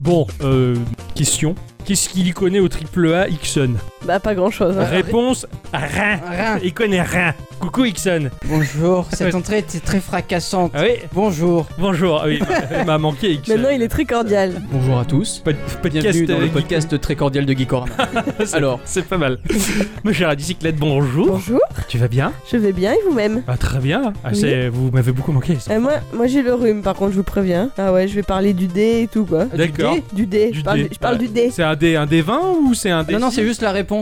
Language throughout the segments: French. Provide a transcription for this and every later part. Bon, euh, question. Qu'est-ce qu'il y connaît au triple A, Ixon Bah, pas grand chose. Réponse rien. Rien. Il connaît rien. Coucou Ixon. Hein, Bonjour, cette Ouais. entrée était très fracassante. Ah oui Bonjour. Bonjour. Ah oui, il m'a manqué Ixon. Maintenant, il est très cordial. Bonjour à tous. Pod- podcast, Bienvenue dans euh, le podcast très cordial de Geekorama. Geek- Alors. c'est pas mal. Mon cher bicyclette, bonjour. Bonjour, Tu vas bien je vais bien et vous-même Ah très bien. Ah, Oui. c'est- Vous m'avez beaucoup manqué. ça. Euh, Moi, moi j'ai le rhume, par contre, je vous préviens. Ah ouais, je vais parler du dé et tout, quoi. D'accord. Euh, Du dé, Du je parle, dé. je parle Ah, du dé. C'est un dé, un dé 20 ou c'est un dé Non, non, c'est six juste la réponse.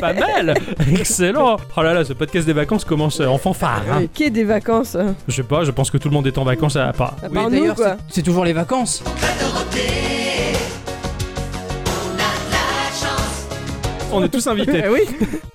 Pas mal. Excellent. Oh là là, ce podcast des vacances commence euh, en fanfare. hein. Euh, Qui est des vacances euh, Je sais pas, je pense que tout le monde est en vacances à part. À Oui, part nous, d'ailleurs, quoi. c'est- c'est toujours les vacances. On est tous invités. Ah Eh oui.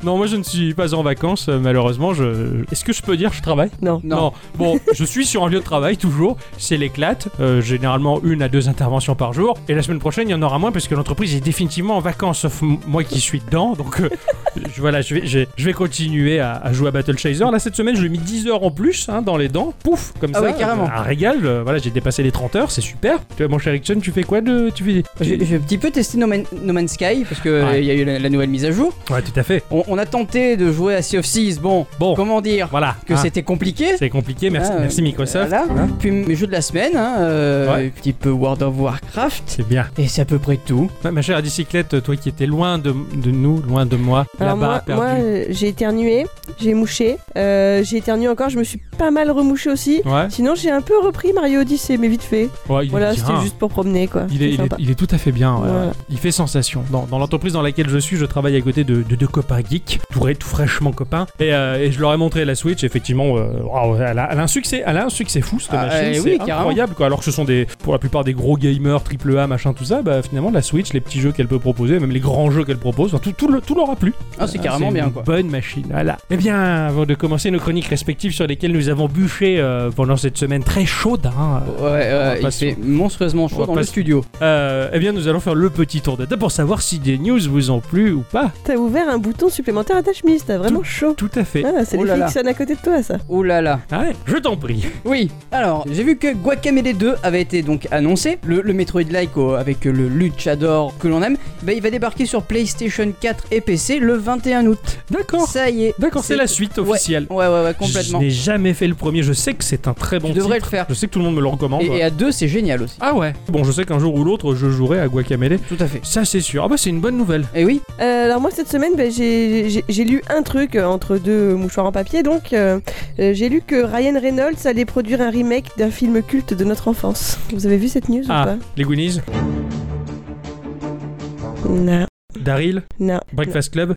Non, moi je ne suis pas en vacances, euh, malheureusement. Je... Est-ce que je peux dire que je travaille Non. Non. Bon, je suis sur un lieu de travail toujours. C'est l'éclate. Euh, généralement une à deux interventions par jour. Et la semaine prochaine, il y en aura moins parce que l'entreprise est définitivement en vacances, sauf m- moi qui suis dedans. Donc euh, je, voilà, je vais, j'ai- je vais continuer à, à jouer à Battle Chaser. Là, cette semaine, je lui ai mis 10 heures en plus hein, dans les dents. Pouf, comme Ah ça. ouais, carrément. Un régal. Euh, voilà, j'ai dépassé les 30 heures, c'est super. Toi, mon cher Ericsson, tu fais quoi de. Tu fais. J'ai j'ai un petit peu testé No, Man- No Man's Sky parce que Ouais. euh, il y a eu la, la nouvelle mise à jour. Ouais, tout à fait. On, on a tenté de jouer à Sea of Thieves. Bon, Bon, comment dire voilà. que hein. c'était compliqué. C'est compliqué, merci, Ah, merci Microsoft. Voilà. Puis mes jeux de la semaine, hein, euh, Ouais. un petit peu World of Warcraft. C'est bien. Et c'est à peu près tout. Ma, ma chère bicyclette, toi qui étais loin de, de nous, loin de moi, Alors là-bas, moi, perdu. moi euh, j'ai éternué, j'ai mouché, euh, j'ai éternué encore, je me suis pas mal remouché aussi. Ouais, Sinon, j'ai un peu repris Mario Odyssey, mais vite fait. ouais, il, Voilà, est bien. c'était juste pour promener, quoi. Il est, C'était il, est, sympa. il est tout à fait bien. ouais, Ouais. ouais. Il fait sensation. Dans, dans l'entreprise dans laquelle je suis, je travaille à côté de de deux copains geeks, tout, ré- tout fraîchement copains. Et, euh, et je leur ai montré la Switch. Effectivement, euh, waouh, elle, a, elle a un succès, elle a un succès fou cette Ah, machine. eh c'est oui, carrément. incroyable. Quoi. Alors que ce sont des, pour la plupart des gros gamers triple A, machin, tout ça. Bah finalement, la Switch, les petits jeux qu'elle peut proposer, même les grands jeux qu'elle propose, enfin, tout, tout, le- tout leur a plu. Ah, c'est Ah, carrément c'est bien une quoi. Bonne machine, voilà. Eh bien, avant de commencer nos chroniques respectives sur lesquelles nous avons bûché euh, pendant cette semaine très chaude, hein, Ouais, va ouais, pas il se- fait monstrueusement on va chaud dans pas le se- studio. euh, eh bien, nous allons faire le petit tour de table pour savoir si des news vous ont plu ou pas. T'as ouvert un bouton supplémentaire à ta chemise, t'as vraiment chaud. Tout à fait. Ah Ah, c'est Oh les là filles là. qui sonnent à côté de toi, ça. Oh là là. Ouais, je t'en prie. Oui, alors j'ai vu que Guacamele 2 avait été donc annoncé, le, le Metroid-like au- avec le luchador que l'on aime, bah, il va débarquer sur PlayStation 4 et PC le 21 août. D'accord. Ça y est. Oh, D'accord, c'est la suite officielle. Ouais, ouais, ouais, complètement. Je n'ai jamais fait le premier. Je sais que c'est un très bon Tu devrais titre. le faire. Je sais que tout le monde me le recommande. Et, et à deux, c'est génial aussi. Ah ouais. Bon, je sais qu'un jour ou l'autre, je jouerai à Guacamele. Tout à fait. Ça, c'est sûr. Ah bah, c'est une bonne nouvelle. Et oui, Euh, alors moi cette semaine ben, j'ai j'ai- j'ai lu un truc euh, entre deux mouchoirs en papier donc euh, euh, j'ai lu que Ryan Reynolds allait produire un remake d'un film culte de notre enfance. Vous avez vu cette news Ah, les Goonies, ou pas Non, Daryl, non, Breakfast Club.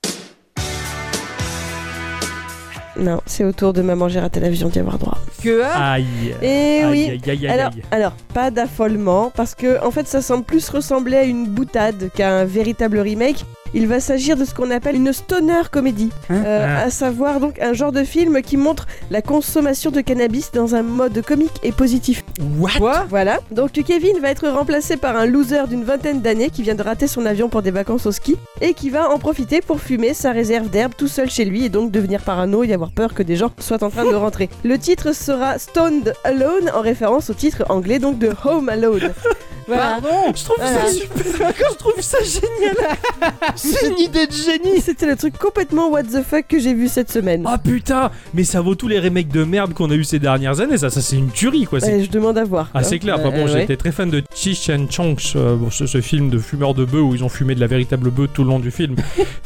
non, c'est au tour de maman j'ai raté l'avion d'y avoir droit. que Ah, à- Aïe. Eh Et aïe, oui, aïe, aïe, aïe, Alors, aïe. alors, pas d'affolement, parce que en fait, ça semble plus ressembler à une boutade qu'à un véritable remake. Il va s'agir de ce qu'on appelle une stoner comédie, Hein Euh, Ah. à savoir donc un genre de film qui montre la consommation de cannabis dans un mode comique et positif. What quoi Voilà. Donc Kevin va être remplacé par un loser d'une vingtaine d'années qui vient de rater son avion pour des vacances au ski et qui va en profiter pour fumer sa réserve d'herbe tout seul chez lui et donc devenir parano et avoir peur que des gens soient en train de rentrer. Le titre sera Stoned Alone en référence au titre anglais donc de Home Alone. Voilà. Pardon Euh. Je trouve ça Voilà. super. Je trouve ça génial. c'est une idée de génie. C'était le truc complètement what the fuck que j'ai vu cette semaine. Ah putain, mais ça vaut tous les remakes de merde qu'on a eu ces dernières années, ça, ça c'est une tuerie quoi. c'est- Ouais, je demande à voir. hein. Ah c'est clair, enfin, bon Euh, ouais. j'étais très fan de Cheech and Chonks, euh, bon, ce, ce film de fumeurs de bœufs où ils ont fumé de la véritable bœuf tout le long du film,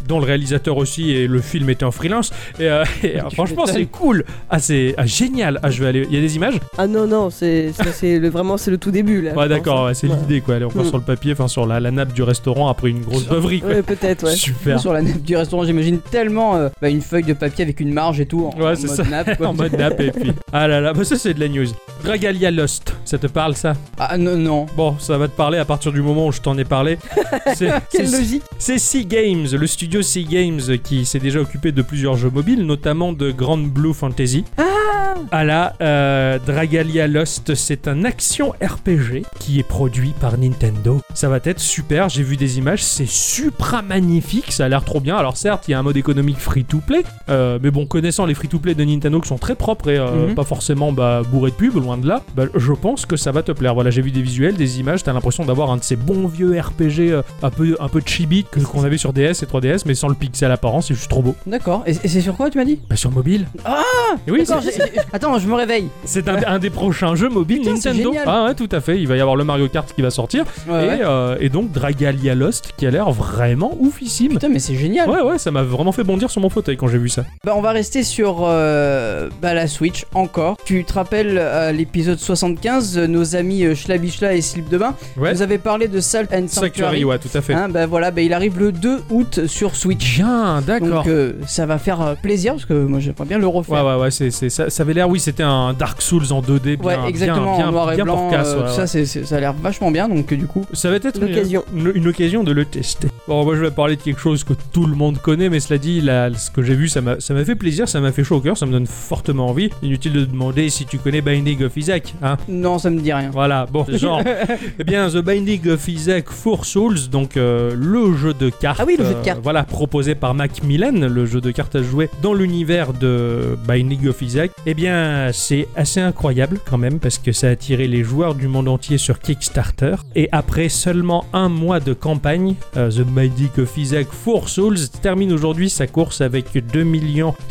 dont le réalisateur aussi et le film était en freelance. Et, euh, et, euh, Tu franchement m'étonnes. c'est cool, ah c'est ah, génial, ah je vais aller, il y a des images Ah non non, c'est c'est- c'est le- vraiment c'est le tout début là. Ouais je pense, d'accord, hein. ouais, c'est l'idée quoi, aller enfin Mm. sur le papier, enfin sur la, la nappe du restaurant après une grosse beuverie quoi. Ouais, peut-être ouais. Super. Sur la nappe du restaurant, j'imagine tellement euh, bah, une feuille de papier avec une marge et tout en, Ouais, en c'est mode ça. nappe. quoi. en mode nappe et puis. Ah là là, bah ça c'est de la news. Dragalia Lost, ça te parle ça Ah non, non. Bon, ça va te parler à partir du moment où je t'en ai parlé. C'est- Quelle c'est- logique. C'est Sea Games, le studio Sea Games qui s'est déjà occupé de plusieurs jeux mobiles, notamment de Grand Blue Fantasy. Ah là, euh, Dragalia Lost, c'est un action RPG qui est produit par Nintendo. Ça va être super, j'ai vu des images, c'est supra magnifique, ça a l'air trop bien. Alors certes, il y a un mode économique free-to-play, euh, mais bon, connaissant les free-to-play de Nintendo qui sont très propres et euh, Mhm. pas forcément bah, bourrés de pub, loin de là, bah, je pense que ça va te plaire. Voilà, j'ai vu des visuels, des images, t'as l'impression d'avoir un de ces bons vieux RPG euh, un peu un peu chibi que- qu'on avait sur DS et 3DS, mais sans le pixel apparent, c'est juste trop beau. D'accord. Et, et c'est sur quoi tu m'as dit Bah sur mobile. Ah Et Oui, D'accord, c'est- j'ai- j'ai- Attends, je me réveille. c'est un, un des prochains jeux mobile Putain, c'est Nintendo. génial. Ah ouais, tout à fait. Il va y avoir le Mario Kart qui va sortir Ouais, et, ouais. euh, et donc Dragalia Lost qui a l'air vraiment oufissime. Putain, mais c'est génial. Ouais ouais, ça m'a vraiment fait bondir sur mon fauteuil quand j'ai vu ça. Bah, on va rester sur euh, bah, la Switch encore. Tu te rappelles à l'épisode 75, euh, nos amis euh, Schlabischla et Slip de Bain Ouais. nous avaient parlé de Salt and Sanctuary. Sanctuary, ouais, tout à fait. Hein, bah voilà, bah, il arrive le 2 août sur Switch. Bien, d'accord. Donc euh, ça va faire euh, plaisir parce que moi j'aimerais bien le refaire. Ouais, ouais, ouais, c'est, c'est- ça, ça avait l'air, oui, c'était un Dark Souls en 2D, bien, Ouais, bien, exactement, bien, en noir et bien blanc. porcasse, euh, ouais, tout ouais. Ça, c'est- c'est- ça a l'air vachement bien, donc euh, du coup. Ça va être une- L'occasion. Une, une occasion de le tester. Bon, moi je vais parler de quelque chose que tout le monde connaît, mais cela dit, là, ce que j'ai vu, ça m'a, ça m'a fait plaisir, ça m'a fait chaud au cœur, ça me donne fortement envie. Inutile de demander si tu connais Binding of Isaac, hein. Non, ça me dit rien. Voilà, bon, genre. eh bien, The Binding of Isaac Four Souls, donc euh, le jeu de cartes. euh, Ah oui, le jeu de cartes. voilà, proposé par Macmillan, le jeu de cartes à jouer dans l'univers de Binding of Isaac. Eh bien, c'est assez incroyable quand même, parce que ça a attiré les joueurs du monde entier sur Kickstarter. Et après seulement un mois de campagne, euh, The Binding of Isaac Four Souls termine aujourd'hui sa course avec 2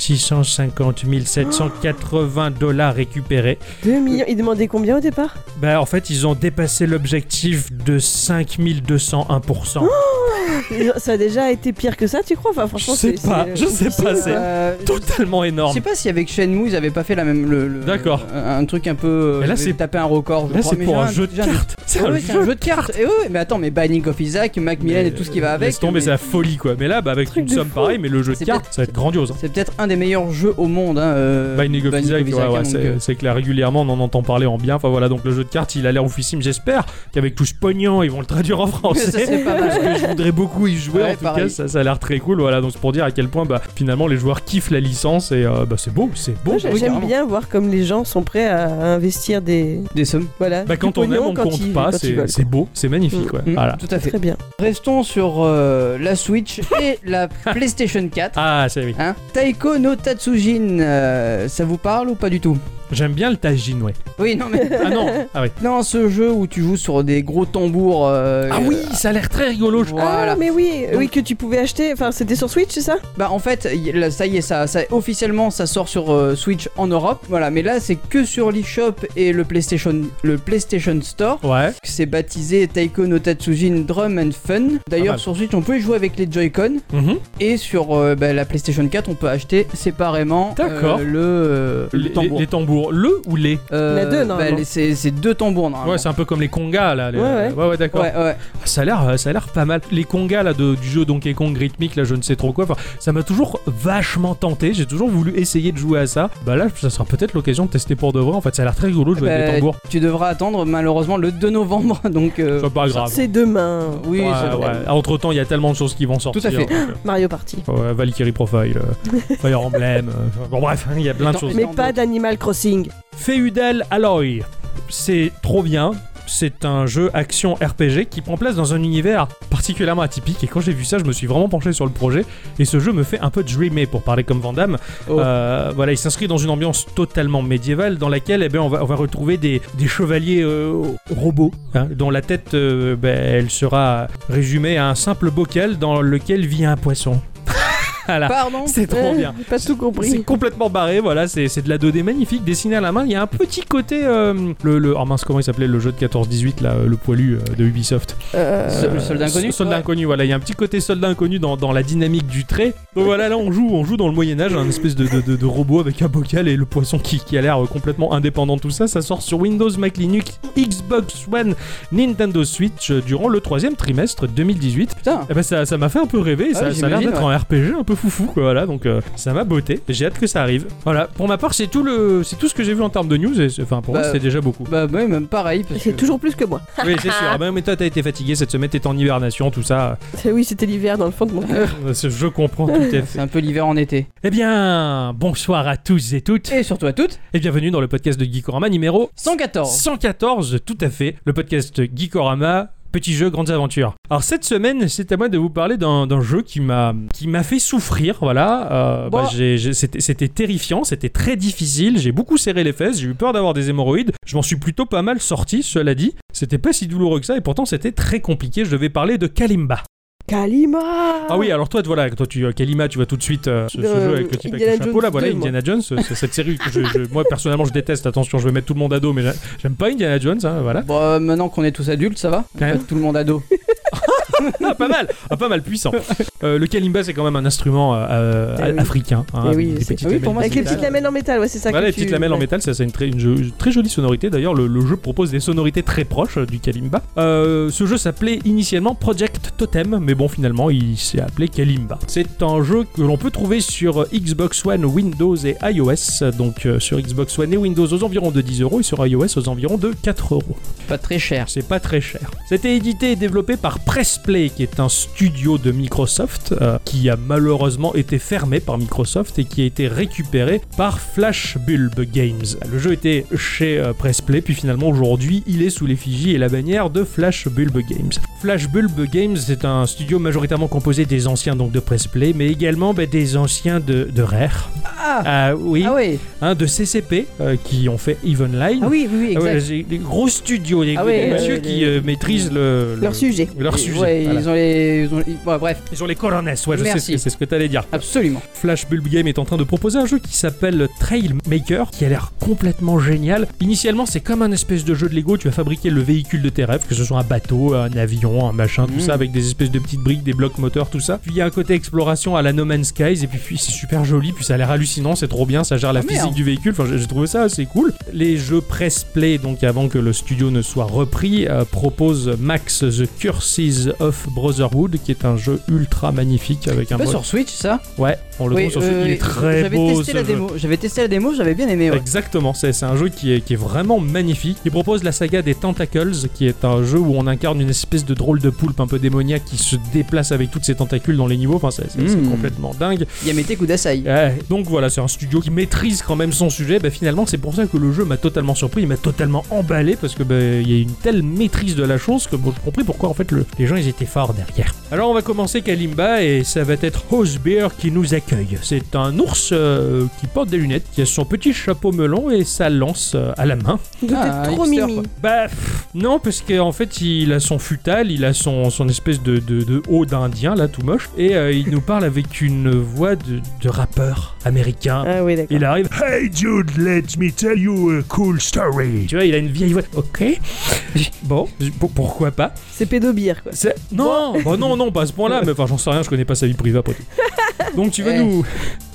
650 780 dollars récupérés. 2 millions. Il demandait combien au départ Bah en fait ils ont dépassé l'objectif de Oh, 5201%. Ça a déjà été pire que ça, tu crois Enfin, je franchement, sais c'est- pas, c'est- je sais pas, c'est Euh, totalement Je énorme. sais pas si avec Shenmue ils avaient pas fait la même le, le- D'accord. un, un truc un peu Mais là, là c'est- c'est taper un record je Là crois, c'est mais pour j'ai un jeu de j'ai cartes. C'est Ah Ouais, ouais, c'est un jeu de cartes. Et ouais, mais attends, mais Binding of Isaac, Macmillan Mais, euh, et tout ce qui va avec. Laisse tomber, mais c'est la folie quoi. Mais là, bah, avec Truc une de somme fou. pareille, mais le jeu de C'est cartes, ça va être grandiose. hein. C'est peut-être un des meilleurs jeux au monde. Hein, euh, Binding of Isaac, ouais, ouais, hein, donc, euh, c'est, c'est que là régulièrement on en entend parler en bien. Enfin voilà, donc le jeu de cartes il a l'air oufissime. J'espère qu'avec tout ce pognon ils vont le traduire en ça français. c'est pas mal. Parce que je voudrais beaucoup y jouer Ouais, en tout pareil. cas ça, ça a l'air très cool voilà donc c'est pour dire à quel point bah, finalement les joueurs kiffent la licence et euh, bah, c'est beau c'est beau Moi, j'a- oui, J'aime carrément. bien voir comme les gens sont prêts à investir des. Des sommes. Voilà. Bah, du quand on aime pognon on quand compte ils- pas quand ils c'est veulent. c'est beau c'est magnifique ouais. Mm, Mmh, voilà Tout à fait. Très bien. Restons sur euh, la Switch et la PlayStation 4. ah c'est oui Hein. Taiko no Tatsujin, euh, ça vous parle ou pas du tout j'aime bien le tajin ouais Oui, non mais ah non ah oui non, ce jeu où tu joues sur des gros tambours. euh, ah oui ça a l'air très rigolo je- Voilà. Ah, mais oui, Donc- oui, que tu pouvais acheter. Enfin, c'était sur Switch, c'est ça Bah en fait, y- là, ça y est, ça, ça officiellement ça sort sur euh, Switch en Europe. Voilà, mais là c'est que sur l'eShop et le PlayStation, le PlayStation Store. ouais C'est baptisé Taiko no Tatsujin Drum and Fun. Pas D'ailleurs mal. sur Switch on peut y jouer avec les Joy-Con Mhm. et sur euh, bah, la PlayStation 4 on peut acheter séparément euh, D'accord. le, euh, Les- le tambour. les, les tambours le ou les Euh, Les deux, bah, normalement. les- c'est c'est deux tambours normalement. ouais c'est un peu comme les congas là les- Ouais, ouais. ouais d'accord Ouais, ouais. Ça a l'air, euh, ça a l'air pas mal. Les congas là de- du jeu Donkey Kong rythmique là, je ne sais trop quoi. Enfin, ça m'a toujours vachement tenté. J'ai toujours voulu essayer de jouer à ça. Bah là, ça sera peut-être l'occasion de tester pour de vrai. En fait, ça a l'air très rigolo de jouer avec Bah, des tambours. tu devras attendre malheureusement le 2 novembre donc. euh, C'est pas grave. C'est demain. Oui, ça- Entre temps, il y a tellement de choses qui vont sortir. Tout à fait. donc, Mario Party. euh, ouais, Valkyrie Profile, euh, Fire Emblem. euh, enfin, bon, bref, il y a plein de Attends, choses. Mais Istanbul. pas d'Animal Crossing. Feudal Alloy. C'est trop bien. C'est un jeu action RPG qui prend place dans un univers particulièrement atypique. Et quand j'ai vu ça, je me suis vraiment penché sur le projet. Et ce jeu me fait un peu dreamer, pour parler comme Van Damme. Oh. Euh, voilà, il s'inscrit dans une ambiance totalement médiévale dans laquelle eh ben, on, va, on va retrouver des, des chevaliers euh, robots hein, dont la tête euh, ben, elle sera résumée à un simple bocal dans lequel vit un poisson. voilà. Pardon. C'est trop Euh, bien. Pas tout C'est compris. complètement barré, voilà, c'est c'est de la 2D magnifique, dessinée à la main. Il y a un petit côté. euh, le, le, oh mince, comment il s'appelait le jeu de 14-18, là, euh, le poilu euh, de Ubisoft Euh, Ce- le soldat inconnu S- Soldat Ouais. inconnu, voilà, il y a un petit côté soldat inconnu dans, dans la dynamique du trait. Donc voilà, là, on joue, on joue dans le Moyen-Âge, un espèce de, de, de- de robot avec un bocal et le poisson qui, qui a l'air euh, complètement indépendant de tout ça. Ça sort sur Windows, Mac Linux, Xbox One, Nintendo Switch euh, durant le troisième trimestre 2018. Putain. Eh ben, ça ça m'a fait un peu rêver, Ah ça, oui, ça a l'air j'imagine, d'être un RPG un peu foufou quoi, voilà, donc euh, ça m'a beauté, j'ai hâte que ça arrive. Voilà, pour ma part c'est tout le c'est tout ce que j'ai vu en termes de news, et c'est- enfin pour Bah, moi c'est déjà beaucoup. Bah ouais, même pareil. parce C'est que- toujours plus que moi. oui c'est sûr, Ah ben, mais toi t'as été fatigué cette semaine, t'es en hibernation, tout ça, C'est- Oui, c'était l'hiver dans le fond de mon cœur. euh, c'est- je comprends tout à C'est fait. un peu l'hiver en été. Eh bien, bonsoir à tous et toutes, Et surtout à toutes, et bienvenue dans le podcast de Geekorama numéro 114. 114, tout à fait, le podcast Geekorama Petit jeu, grandes aventures. Alors cette semaine, c'est à moi de vous parler d'un d'un jeu qui m'a qui m'a fait souffrir. Voilà, Euh, Bon. bah, j'ai- j'ai- c'était c'était terrifiant, c'était très difficile. J'ai beaucoup serré les fesses, j'ai eu peur d'avoir des hémorroïdes. Je m'en suis plutôt pas mal sorti, cela dit. C'était pas si douloureux que ça et pourtant c'était très compliqué. Je devais parler de Kalimba. Kalima Ah oui, alors toi, voilà, toi tu euh, Kalima, tu vas tout de suite euh, ce, ce Euh, jeu avec le type avec Indiana le chapeau Jones là, voilà 2, moi. Indiana Jones, euh, c'est cette série que je, je- moi personnellement je déteste. Attention, je vais mettre tout le monde à dos, mais j'a- j'aime pas Indiana Jones, hein, voilà. Bon, euh, maintenant qu'on est tous adultes, ça va Quand même. Pas Tout le monde ado. Ah, pas mal, ah, pas mal puissant. Euh, le kalimba, c'est quand même un instrument euh, euh, Eh oui. africain. hein, Eh oui, avec des c'est- petites ah oui, lamelles pour moi, Avec les métal. petites lamelles en métal, ouais, c'est ça. Voilà, que les tu- petites lamelles en ouais. métal, ça c'est une, très- une jo- une très jolie sonorité. D'ailleurs, le, le jeu propose des sonorités très proches euh, du kalimba. Euh, ce jeu s'appelait initialement Project Totem, mais bon, finalement, il s'est appelé Kalimba. C'est un jeu que l'on peut trouver sur euh, Xbox One, Windows et iOS. Donc euh, sur Xbox One et Windows aux environs de 10 euros et sur iOS aux environs de 4 euros. Pas très cher. C'est pas très cher. C'était édité et développé par Pressplay, qui est un studio de Microsoft, euh, qui a malheureusement été fermé par Microsoft et qui a été récupéré par Flashbulb Games. Le jeu était chez euh, Pressplay, puis finalement aujourd'hui, il est sous l'effigie et la bannière de Flashbulb Games. Flashbulb Games, c'est un studio majoritairement composé des anciens donc de Pressplay, mais également bah, des anciens de, de Rare. Ah, Ah oui, ah ouais. hein, de CCP, euh, qui ont fait Evenline. Ah oui, oui, oui, Ah ouais, exact. j'ai des gros studios, des, Ah ouais, des messieurs euh, qui les- euh, maîtrisent le, le- Leur sujet. leur Et- sujet. ouais, voilà. ils ont les. ils ont- ils- ouais, bref, Ils ont les colonnes, ouais, je sais Merci. ce que c'est ce que t'allais dire. absolument. Flash Bulb Game est en train de proposer un jeu qui s'appelle Trailmaker, qui a l'air complètement génial. Initialement, c'est comme un espèce de jeu de Lego, tu vas fabriquer le véhicule de tes rêves, que ce soit un bateau, un avion, un machin, tout Mhm. ça, avec des espèces de petites briques, des blocs moteurs, tout ça. Puis il y a un côté exploration à la No Man's Skies, et puis, puis c'est super joli, puis ça a l'air hallucinant, c'est trop bien, ça gère la Ah, physique merde. du véhicule, enfin j'ai j'ai trouvé ça assez cool. Les jeux Press Play, donc avant que le studio ne soit repris, euh, proposent Max The Curses of Brotherhood, qui est un jeu ultra magnifique avec un Pas mode- sur Switch, ça Ouais, on le Oui, trouve sur euh, Switch. Il est très j'avais beau testé ce la jeu. démo. J'avais testé la démo, j'avais bien aimé. ouais. Exactement, c'est c'est un jeu qui est, qui est vraiment magnifique. Il propose la saga des Tentacles, qui est un jeu où on incarne une espèce de drôle de poulpe un peu démoniaque qui se déplace avec toutes ses tentacules dans les niveaux. Enfin, c'est c'est- c'est Mm. complètement dingue. Yamete Kudasai. Ouais, donc voilà, c'est un studio qui maîtrise quand même son sujet. Bah, finalement, c'est pour ça que le jeu m'a totalement surpris, il m'a totalement emballé parce que bah, il y a une telle maîtrise de la chose que bon, j'ai compris pourquoi en fait le- les gens ils étaient forts derrière. Alors on va commencer Kalimba et ça va être Hosebear qui nous accueille. C'est un ours euh, qui porte des lunettes, qui a son petit chapeau melon et sa lance euh, à la main. Il doit Ah, être trop hipster, mimi. quoi. Bah pff, non, parce qu'en fait il a son futal, il a son, son espèce de, de, de haut d'indien là tout moche et euh, il nous parle avec une voix de, de rappeur américain. Ah oui, d'accord. Il arrive. Hey dude, let me tell you a cool story. Tu vois, il a une vieille voix. Ok. Bon, pour- pourquoi pas C'est pédobire, quoi. C'est- Non, bah non, non, pas à ce point-là. Mais enfin, j'en sais rien, je connais pas sa vie privée après tout. Donc tu vas Eh. nous,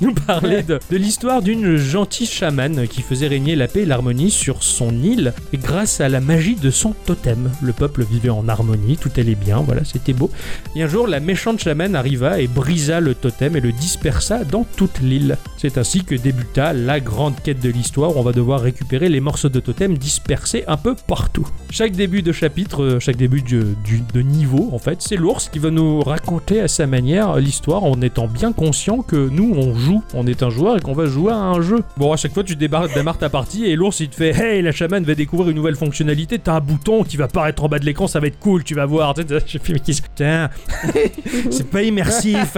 nous parler de, de l'histoire d'une gentille chamane qui faisait régner la paix et l'harmonie sur son île grâce à la magie de son totem. Le peuple vivait en harmonie, tout allait bien, voilà, c'était beau. Et un jour, la méchante chamane arriva et brisa le totem et le dispersa dans toute l'île. C'est ainsi que débuta la grande quête de l'histoire. On va devoir récupérer les morceaux de totem dispersés un peu partout. Chaque début de chapitre, euh, chaque début du- du- de niveau, en fait, c'est l'ours qui va nous raconter à sa manière euh, l'histoire en étant bien conscient que nous, on joue, on est un joueur et qu'on va jouer à un jeu. Bon, à chaque fois, tu débar- démarres ta partie et l'ours, il te fait Hey, la chamane va découvrir une nouvelle fonctionnalité, t'as un bouton qui va apparaître en bas de l'écran, ça va être cool, tu vas voir. Je fais, mais qu'est-ce- Putain, c'est pas immersif.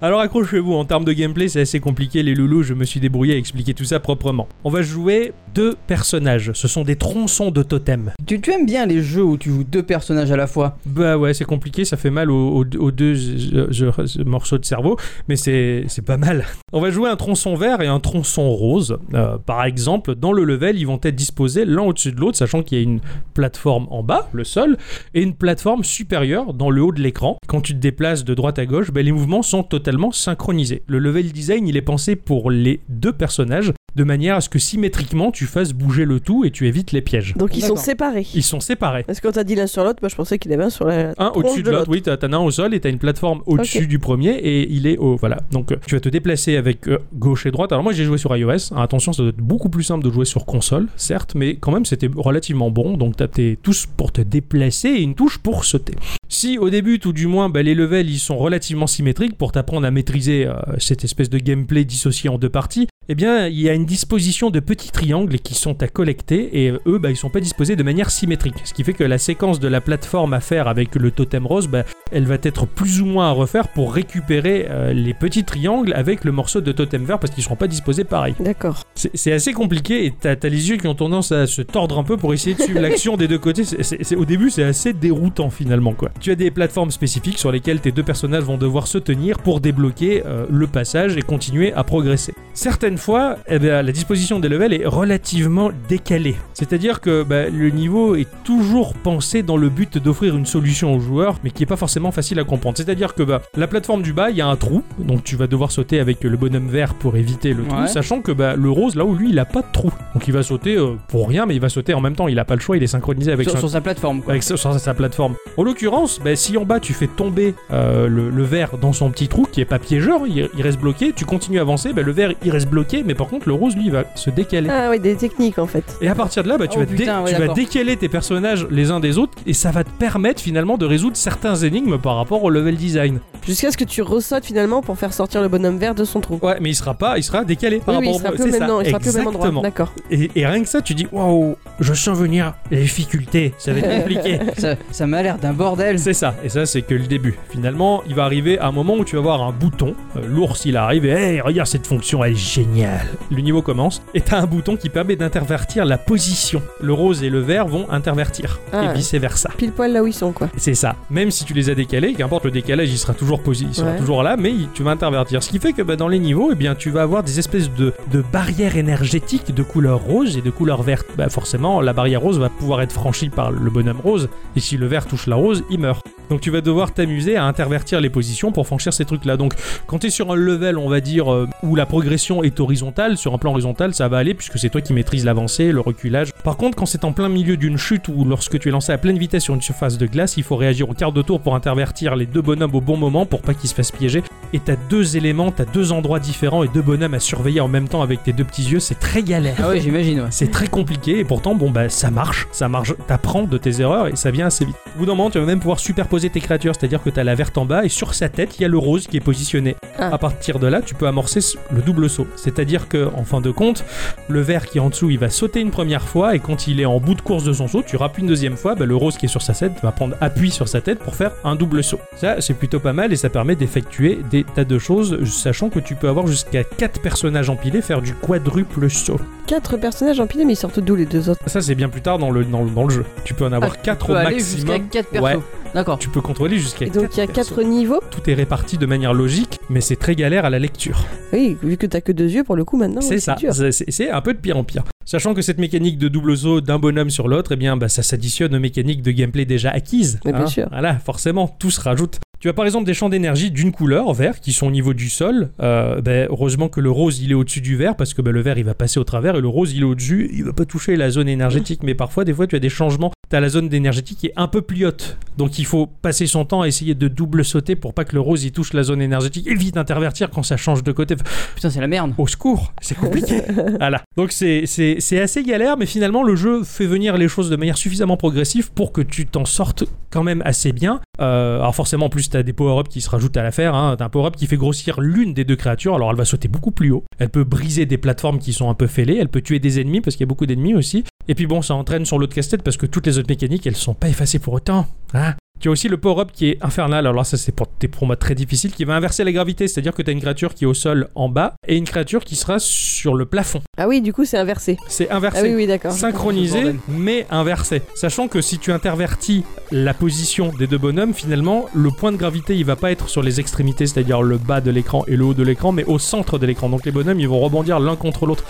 Alors accrochez-vous, en termes de gameplay, c'est assez compliqué, les loulous, je me suis débrouillé à expliquer tout ça proprement. On va jouer deux personnages, ce sont des tronçons de totem. Tu, tu aimes bien les jeux où tu joues deux personnages à la fois Bah ouais, c'est compliqué, ça fait mal aux, aux- aux deux euh, euh, euh, morceaux de cerveau, mais c'est c'est pas mal. On va jouer un tronçon vert et un tronçon rose. Euh, par exemple, dans le level, ils vont être disposés l'un au-dessus de l'autre, sachant qu'il y a une plateforme en bas, le sol, et une plateforme supérieure dans le haut de l'écran. Quand tu te déplaces de droite à gauche, ben, les mouvements sont totalement synchronisés. Le level design, il est pensé pour les deux personnages, de manière à ce que symétriquement, tu fasses bouger le tout et tu évites les pièges. Donc ils sont D'accord. séparés. Ils sont Ah. séparés. Parce que quand t'as dit l'un sur l'autre, moi je pensais qu'il y avait un sur la. Un tronche Hein, au-dessus de l'autre, oui, t'as t'en as un au sol et t'as une plateforme au-dessus Ok. du premier et il est au. Voilà. Donc euh, tu vas te déplacer avec euh, gauche et droite. Alors moi j'ai joué sur iOS. Ah, attention, ça doit être beaucoup plus simple de jouer sur console, certes, mais quand même c'était relativement bon. Donc t'as tes touches pour te déplacer et une touche pour sauter. Si au début, tout du moins, bah, les levels ils sont relativement symétriques pour t'apprendre à maîtriser euh, cette espèce de gameplay dissocié en deux parties, eh bien, il y a une disposition de petits triangles qui sont à collecter et euh, eux, bah, ils sont pas disposés de manière symétrique. Ce qui fait que la séquence de la plateforme à faire avec le totem rose, bah, elle va être plus ou moins à refaire pour récupérer euh, les petits triangles avec le morceau de totem vert parce qu'ils seront pas disposés pareil. D'accord. C'est c'est assez compliqué et t'as t'as les yeux qui ont tendance à se tordre un peu pour essayer de suivre l'action des deux côtés. C'est- c'est- c'est- au début, c'est assez déroutant finalement quoi. Tu as des plateformes spécifiques sur lesquelles tes deux personnages vont devoir se tenir pour débloquer euh, le passage et continuer à progresser. Certaines fois, eh ben, la disposition des levels est relativement décalée. C'est-à-dire que bah, le niveau est toujours pensé dans le but d'offrir une solution aux joueurs, mais qui n'est pas forcément facile à comprendre. C'est-à-dire que bah, la plateforme du bas, il y a un trou, donc tu vas devoir sauter avec le bonhomme vert pour éviter le trou, Ouais. sachant que bah, le rose, là où lui, il n'a pas de trou. Donc il va sauter euh, pour rien, mais il va sauter en même temps, il n'a pas le choix, il est synchronisé avec sur, son sur sa plateforme, quoi. avec sa- sur sa plateforme. En l'occurrence, bah, si en bas tu fais tomber euh, le, le verre dans son petit trou qui est pas piégeur, il, il reste bloqué, tu continues à avancer, bah, le verre il reste bloqué, mais par contre le rose lui il va se décaler. Ah oui, des techniques en fait. Et à partir de là, bah, tu, Oh, vas, putain, dé- ouais, tu vas d'accord. décaler tes personnages les uns des autres et ça va te permettre finalement de résoudre certains énigmes par rapport au level design. Jusqu'à ce que tu ressautes finalement pour faire sortir le bonhomme vert de son trou. Ouais, mais il sera pas, il sera décalé par oui, rapport oui, il sera au plus au c'est même, ça, non, il sera plus au même endroit. exactement. D'accord. Et, et rien que ça, tu dis waouh, je sens venir les difficultés, ça va être compliqué. Ça, ça m'a l'air d'un bordel. C'est ça, et ça c'est que le début. Finalement, il va arriver un moment où tu vas voir un bouton. Euh, L'ours il arrive et hey, regarde cette fonction, elle est géniale. Le niveau commence et t'as un bouton qui permet d'intervertir la position. Le rose et le vert vont intervertir et Ah. vice versa. Pile poil là où ils sont quoi. C'est ça. Même si tu les as décalés, qu'importe le décalage, il sera toujours posé, il sera Ouais. toujours là, mais il- tu vas intervertir. Ce qui fait que bah, dans les niveaux, eh bien, tu vas avoir des espèces de, de barrières énergétiques de couleur rose et de couleur verte. Bah, forcément, la barrière rose va pouvoir être franchie par le bonhomme rose, et si le vert touche la rose, il meurt. Donc tu vas devoir t'amuser à intervertir les positions pour franchir ces trucs-là. Donc quand tu es sur un level, on va dire, euh, où la progression est horizontale, sur un plan horizontal, ça va aller puisque c'est toi qui maîtrises l'avancée, le reculage. Par contre, quand c'est en plein milieu d'une chute ou lorsque tu es lancé à pleine vitesse sur une surface de glace, il faut réagir au quart de tour pour intervertir les deux bonhommes au bon moment pour pas qu'ils se fassent piéger. Et t'as deux éléments, t'as deux endroits différents et deux bonhommes à surveiller en même temps avec tes deux petits yeux, c'est très galère. Ah ouais, j'imagine, ouais. C'est très compliqué et pourtant, bon, bah ça marche, ça marche, t'apprends de tes erreurs et ça vient assez vite. Au bout d'un moment, tu vas même pouvoir superposer tes créatures, c'est-à-dire que t'as la verte en bas et sur sa tête, il y a le rose qui est positionné. Ah. À partir de là, tu peux amorcer le double saut, c'est-à-dire que, en fin de compte, le vert qui est en dessous, il va sauter une première fois et quand il est en bout de course de son saut, tu rappes une deuxième fois, bah, le rose qui est sur sa tête va prendre appui sur sa tête pour faire un double saut. Ça, c'est plutôt pas mal et ça permet d'effectuer des tas de choses, sachant que tu peux avoir jusqu'à 4 personnages empilés faire du quadruple saut. Quatre personnages empilés, mais ils sortent d'où les deux autres Ça, c'est bien plus tard dans le, dans le, dans le jeu. Tu peux en avoir Ah, 4 tu au peux aller jusqu'à maximum. 4 persos. Ouais. D'accord. Tu peux contrôler jusqu'à Et donc il y a quatre quatre persos. niveaux. Tout est réparti de manière logique, mais c'est très galère à la lecture. Oui, vu que t'as que deux yeux pour le coup maintenant. c'est oui, ça, dur. c'est- c'est c'est un peu de pire en pire. Sachant que cette mécanique de double saut d'un bonhomme sur l'autre, eh bien, bah, ça s'additionne aux mécaniques de gameplay déjà acquises. hein. Mais bien sûr. Voilà, forcément, tout se rajoute. Tu as par exemple des champs d'énergie d'une couleur, vert, qui sont au niveau du sol. Euh, ben, heureusement que le rose, il est au-dessus du vert, parce que ben, le vert, il va passer au travers, et le rose, il est au-dessus, il va pas toucher la zone énergétique. Mais parfois, des fois, tu as des changements. Tu as la zone d'énergétique qui est un peu plus haute. Donc, il faut passer son temps à essayer de double sauter pour pas que le rose, il touche la zone énergétique, et vite intervertir quand ça change de côté. Putain, c'est la merde. Au secours, c'est compliqué. voilà. Donc c'est- c'est c'est assez galère, mais finalement le jeu fait venir les choses de manière suffisamment progressive pour que tu t'en sortes quand même assez bien. Euh, alors forcément, en plus, t'as des power-ups qui se rajoutent à l'affaire. Hein. T'as un power-up qui fait grossir l'une des deux créatures. Alors elle va sauter beaucoup plus haut. Elle peut briser des plateformes qui sont un peu fêlées. Elle peut tuer des ennemis parce qu'il y a beaucoup d'ennemis aussi. Et puis bon, ça entraîne sur l'autre casse-tête parce que toutes les autres mécaniques, elles sont pas effacées pour autant. Hein tu as aussi le power-up qui est infernal, alors là ça c'est pour tes promos très difficiles, qui va inverser la gravité, c'est-à-dire que tu as une créature qui est au sol en bas et une créature qui sera sur le plafond. Ah oui, du coup c'est inversé. C'est Ah oui, inversé. oui, d'accord. Synchronisé, Bordel. mais inversé. Sachant que si tu intervertis la position des deux bonhommes, finalement, le point de gravité, il va pas être sur les extrémités, c'est-à-dire le bas de l'écran et le haut de l'écran, mais au centre de l'écran. Donc les bonhommes, ils vont rebondir l'un contre l'autre.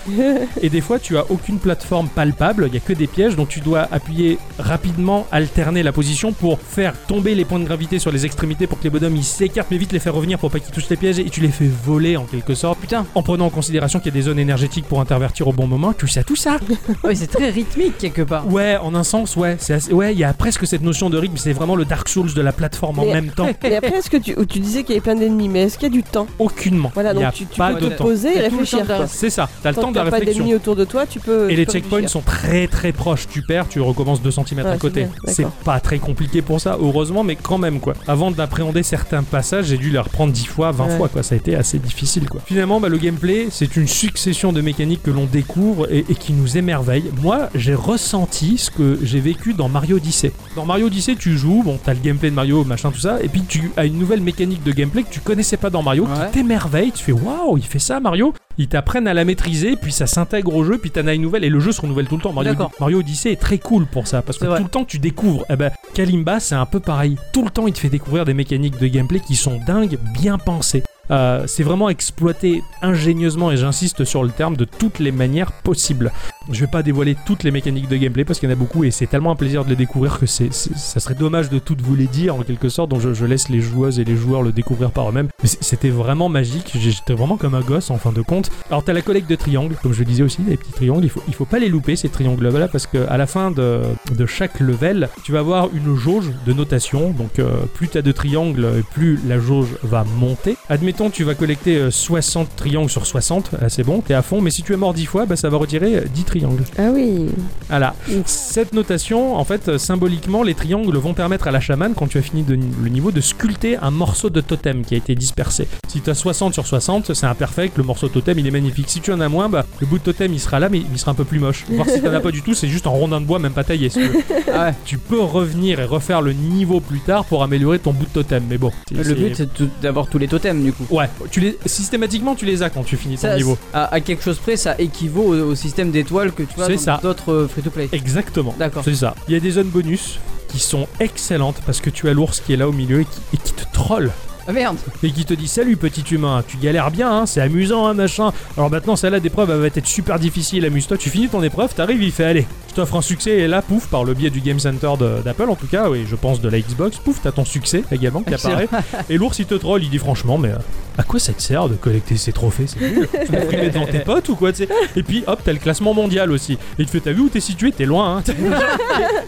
Et des fois, tu as aucune plateforme palpable, il n'y a que des pièges, donc tu dois appuyer rapidement, alterner la position pour faire tomber les points de gravité sur les extrémités pour que les bonhommes ils s'écartent, mais vite les faire revenir pour pas qu'ils touchent les pièges, et tu les fais voler en quelque sorte. Putain. En prenant en considération qu'il y a des zones énergétiques pour intervertir au bon moment, tout ça, tout ça. Ouais, c'est très rythmique quelque part. Ouais, en un sens, ouais, c'est assez- ouais, il y a presque cette notion de rythme, c'est vraiment le Dark Souls de la plateforme en Mais- même temps, Et après, est-ce que tu, tu disais qu'il y avait plein d'ennemis, mais est-ce qu'il y a du temps aucunement. Voilà, il n'y donc a tu, tu pas peux de te temps. poser et T'as tout le temps réfléchir. de- quoi. C'est ça, t'as le Tant temps que de la t'as pas réflexion. d'ennemis autour de toi, tu peux. Et tu les peux checkpoints réfléchir. sont très très proches. Tu perds, tu recommences 2 cm Ouais, à c'est côté. bien, C'est d'accord. pas très compliqué pour ça. heureusement, mais quand même quoi. Avant d'appréhender certains passages, j'ai dû les reprendre 10 fois, 20 Ouais. fois quoi. Ça a été assez difficile quoi. Finalement, bah, le gameplay, c'est une succession de mécaniques que l'on découvre et, et qui nous émerveille. Moi, j'ai ressenti ce que j'ai vécu dans Mario Odyssey. Dans Mario Odyssey, tu joues, bon, t'as le gameplay de Mario, machin, tout ça, et puis tu as une nouvelle mécanique de gameplay que tu connaissais pas dans Mario, Ouais. qui t'émerveille, tu fais waouh, il fait ça Mario, ils t'apprennent à la maîtriser, puis ça s'intègre au jeu, puis t'en as une nouvelle, et le jeu se renouvelle tout le temps. Mario, D'accord. Mario Odyssey est très cool pour ça, parce que C'est vrai. tout le temps tu découvres. Eh ben, Kalimba, c'est un peu pareil. Tout le temps, il te fait découvrir des mécaniques de gameplay qui sont dingues, bien pensées. Euh, c'est vraiment exploité ingénieusement, et j'insiste sur le terme, de toutes les manières possibles. Je vais pas dévoiler toutes les mécaniques de gameplay parce qu'il y en a beaucoup et c'est tellement un plaisir de les découvrir que c'est, c'est- ça serait dommage de toutes vous les dire en quelque sorte. Donc je, je laisse les joueuses et les joueurs le découvrir par eux-mêmes. Mais c- c'était vraiment magique. J'ai- J'étais vraiment comme un gosse en fin de compte. Alors t'as la collecte de triangles, comme je le disais aussi, des petits triangles. Il faut, il faut pas les louper ces triangles-là parce que à la fin de, de chaque level, tu vas avoir une jauge de notation. Donc euh, plus t'as de triangles, euh, plus la jauge va monter. Admettons, tu vas collecter euh, 60 triangles sur 60, Ah, c'est bon, t'es à fond. Mais si tu es mort 10 fois, bah, ça va retirer euh, 10 triangles. Ah oui. Voilà. Mm. Ouf. Cette notation, en fait, euh, symboliquement, les triangles vont permettre à la chamane, quand tu as fini de- le niveau, de sculpter un morceau de totem qui a été dispersé. Si tu as 60 sur 60, c'est imperfect, le morceau de totem il est magnifique. Si tu en as moins, bah, le bout de totem il sera là, mais il sera un peu plus moche. Voir si tu as pas du tout, c'est juste un rondin de bois, même pas taillé. si tu veux. Ah ouais. Tu peux revenir et refaire le niveau plus tard pour améliorer ton bout de totem, mais bon. c'est- Le c'est- but, c'est tout- d'avoir tous les totems du coup. Ouais, tu les... systématiquement tu les as quand tu finis ton Ça, niveau. À, à quelque chose près, ça équivaut au, au système d'étoiles que tu vois C'est dans ça. d'autres euh, free-to-play. Exactement. D'accord. C'est ça. Il y a des zones bonus qui sont excellentes parce que tu as l'ours qui est là au milieu et qui, et qui te troll Ah merde et qui te dit salut petit humain, tu galères bien, hein, c'est amusant, hein, machin. Alors maintenant celle-là d'épreuve elle va être super difficile, amuse-toi, tu finis ton épreuve, t'arrives, il fait allez, je t'offre un succès et là pouf par le biais du Game Center de- d'Apple en tout cas, oui je pense de la Xbox, pouf t'as ton succès également qui Excellent. apparaît et l'ours il te troll, il dit franchement mais euh, à quoi ça te sert de collecter ces trophées, c'est nul, tu vas frimer devant tes potes ou quoi tu sais Et puis hop t'as le classement mondial aussi et il te fait t'as vu où t'es situé, t'es loin, hein.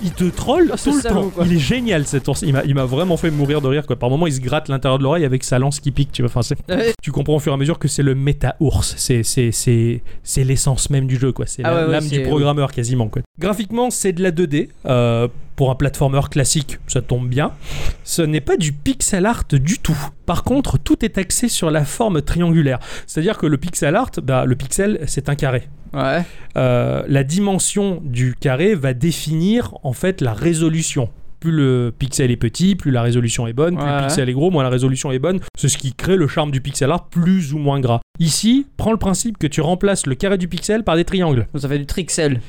il te troll Ah, ce tout le salaud, temps, quoi. il est génial cet ours, il m'a- il m'a vraiment fait mourir de rire quoi, par moment il se gratte l'intérieur de l'oreille avec sa lance qui pique tu vois, enfin c'est Ouais. tu comprends au fur et à mesure que c'est le méta-ours. C'est, c'est, c'est, c'est l'essence même du jeu, quoi. C'est Ah la- ouais, ouais, l'âme c'est- du programmeur quasiment, quoi. Graphiquement, c'est de la 2D. euh, pour un platformer classique, ça tombe bien. Ce n'est pas du pixel art du tout. Par contre, tout est axé sur la forme triangulaire. C'est-à-dire que le pixel art, bah, le pixel, c'est un carré. Ouais. Euh, la dimension du carré va définir en fait la résolution. Plus le pixel est petit, plus la résolution est bonne, plus Ouais. le pixel est gros, moins la résolution est bonne. C'est ce qui crée le charme du pixel art plus ou moins gras. Ici, prends le principe que tu remplaces le carré du pixel par des triangles. Donc, Ça fait du trixel.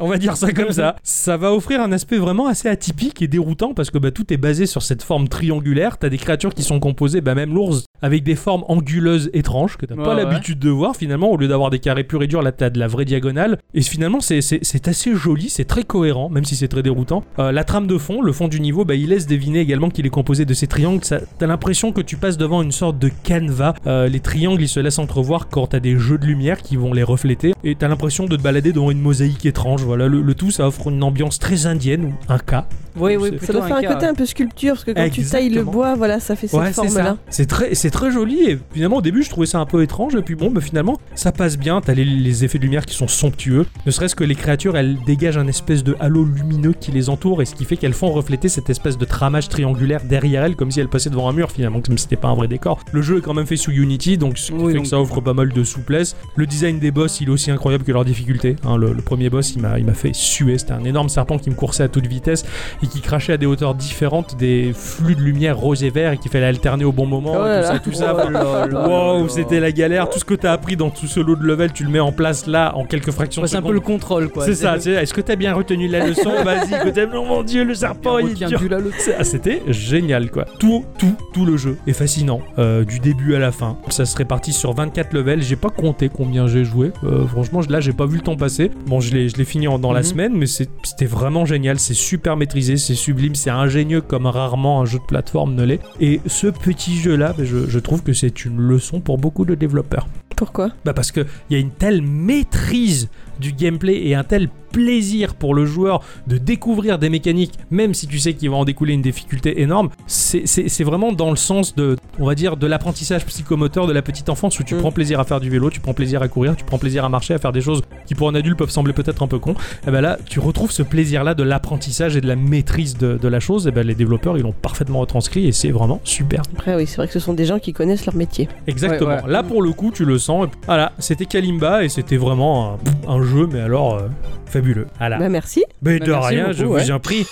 On va dire ça comme ça. Ça va offrir un aspect vraiment assez atypique et déroutant parce que bah, tout est basé sur cette forme triangulaire. T'as des créatures qui sont composées, bah, même l'ours, avec des formes anguleuses étranges que t'as pas Ouais, ouais. l'habitude de voir finalement. Au lieu d'avoir des carrés purs et durs, là t'as de la vraie diagonale. Et finalement, c'est- c'est c'est assez joli, c'est très cohérent, même si c'est très déroutant. Euh, la trame de fond, le fond du niveau, bah, il laisse deviner également qu'il est composé de ces triangles. Ça- T'as l'impression que tu passes devant une sorte de canevas. Euh, les triangles, ils se laissent entrevoir quand t'as des jeux de lumière qui vont les refléter. Et t'as l'impression de te balader devant une mosaïque étrange. Voilà, le, le tout, ça offre une ambiance très indienne, ou un cas. Oui, Ça oui, plutôt Ça doit faire un cas, côté un peu sculpture parce que quand tu tailles le Exactement. bois, voilà, ça fait cette Ouais, c'est forme-là. ça. C'est très, c'est très joli. Et finalement, au début, je trouvais ça un peu étrange. Et puis bon, bah, finalement, ça passe bien. T'as les, les effets de lumière qui sont somptueux. Ne serait-ce que les créatures, elles dégagent un espèce de halo lumineux qui les entoure. Et ce qui fait qu'elles font refléter cette espèce de tramage triangulaire derrière elles, comme si elles passaient devant un mur finalement, comme si c'était pas un vrai décor. Le jeu est quand même fait sous Unity, donc ce qui Oui, fait donc- que ça offre pas mal de souplesse. Le design des boss, il est aussi incroyable que leur difficulté. hein. le, le premier boss, il m'a il m'a fait suer. C'était un énorme serpent qui me coursait à toute vitesse et qui crachait à des hauteurs différentes des flux de lumière rose et vert et qu'il fallait alterner au bon moment. Oh tout là là. ça, tout ça. oh, Wow, c'était la galère. Tout ce que t'as appris dans tout ce lot de level, tu le mets en place là en quelques fractions. de C'est un peu secondes. le contrôle, quoi. C'est ça. c'est- Est-ce que t'as bien retenu la leçon Vas-y, que t'as- Oh mon dieu, le serpent, il est dur. du lalo. C'est- ah, C'était génial quoi. Tout, tout, tout le jeu est fascinant, euh, du début à la fin. Ça se répartit sur 24 levels. J'ai pas compté combien j'ai joué. Euh, franchement, je- là, j'ai pas vu le temps passer. Bon, je l'ai je l'ai fini en- dans la Mhm. semaine, mais c'est- c'était vraiment génial. C'est super maîtrisé, c'est sublime, c'est ingénieux comme rarement un jeu de plateforme ne l'est. Et ce petit jeu-là, bah, je, je trouve que c'est une leçon pour beaucoup de développeurs. Pourquoi Bah parce que il y a une telle maîtrise du gameplay et un tel plaisir pour le joueur de découvrir des mécaniques, même si tu sais qu'il va en découler une difficulté énorme, c'est- c'est c'est vraiment dans le sens de, on va dire, de l'apprentissage psychomoteur de la petite enfance où tu Mm. prends plaisir à faire du vélo, tu prends plaisir à courir, tu prends plaisir à marcher, à faire des choses qui pour un adulte peuvent sembler peut-être un peu cons. Et ben là, tu retrouves ce plaisir-là de l'apprentissage et de la maîtrise de, de la chose. Et ben les développeurs, ils l'ont parfaitement retranscrit et c'est vraiment super. Après, oui, c'est vrai que ce sont des gens qui connaissent leur métier. Exactement. Ouais, ouais. Là, pour le coup, tu le sens. Et puis, Voilà, c'était Kalimba et c'était vraiment un, un jeu, mais alors euh, fabuleux. Voilà. Bah merci. Mais bah, de merci rien, je beaucoup, vous ouais. en prie.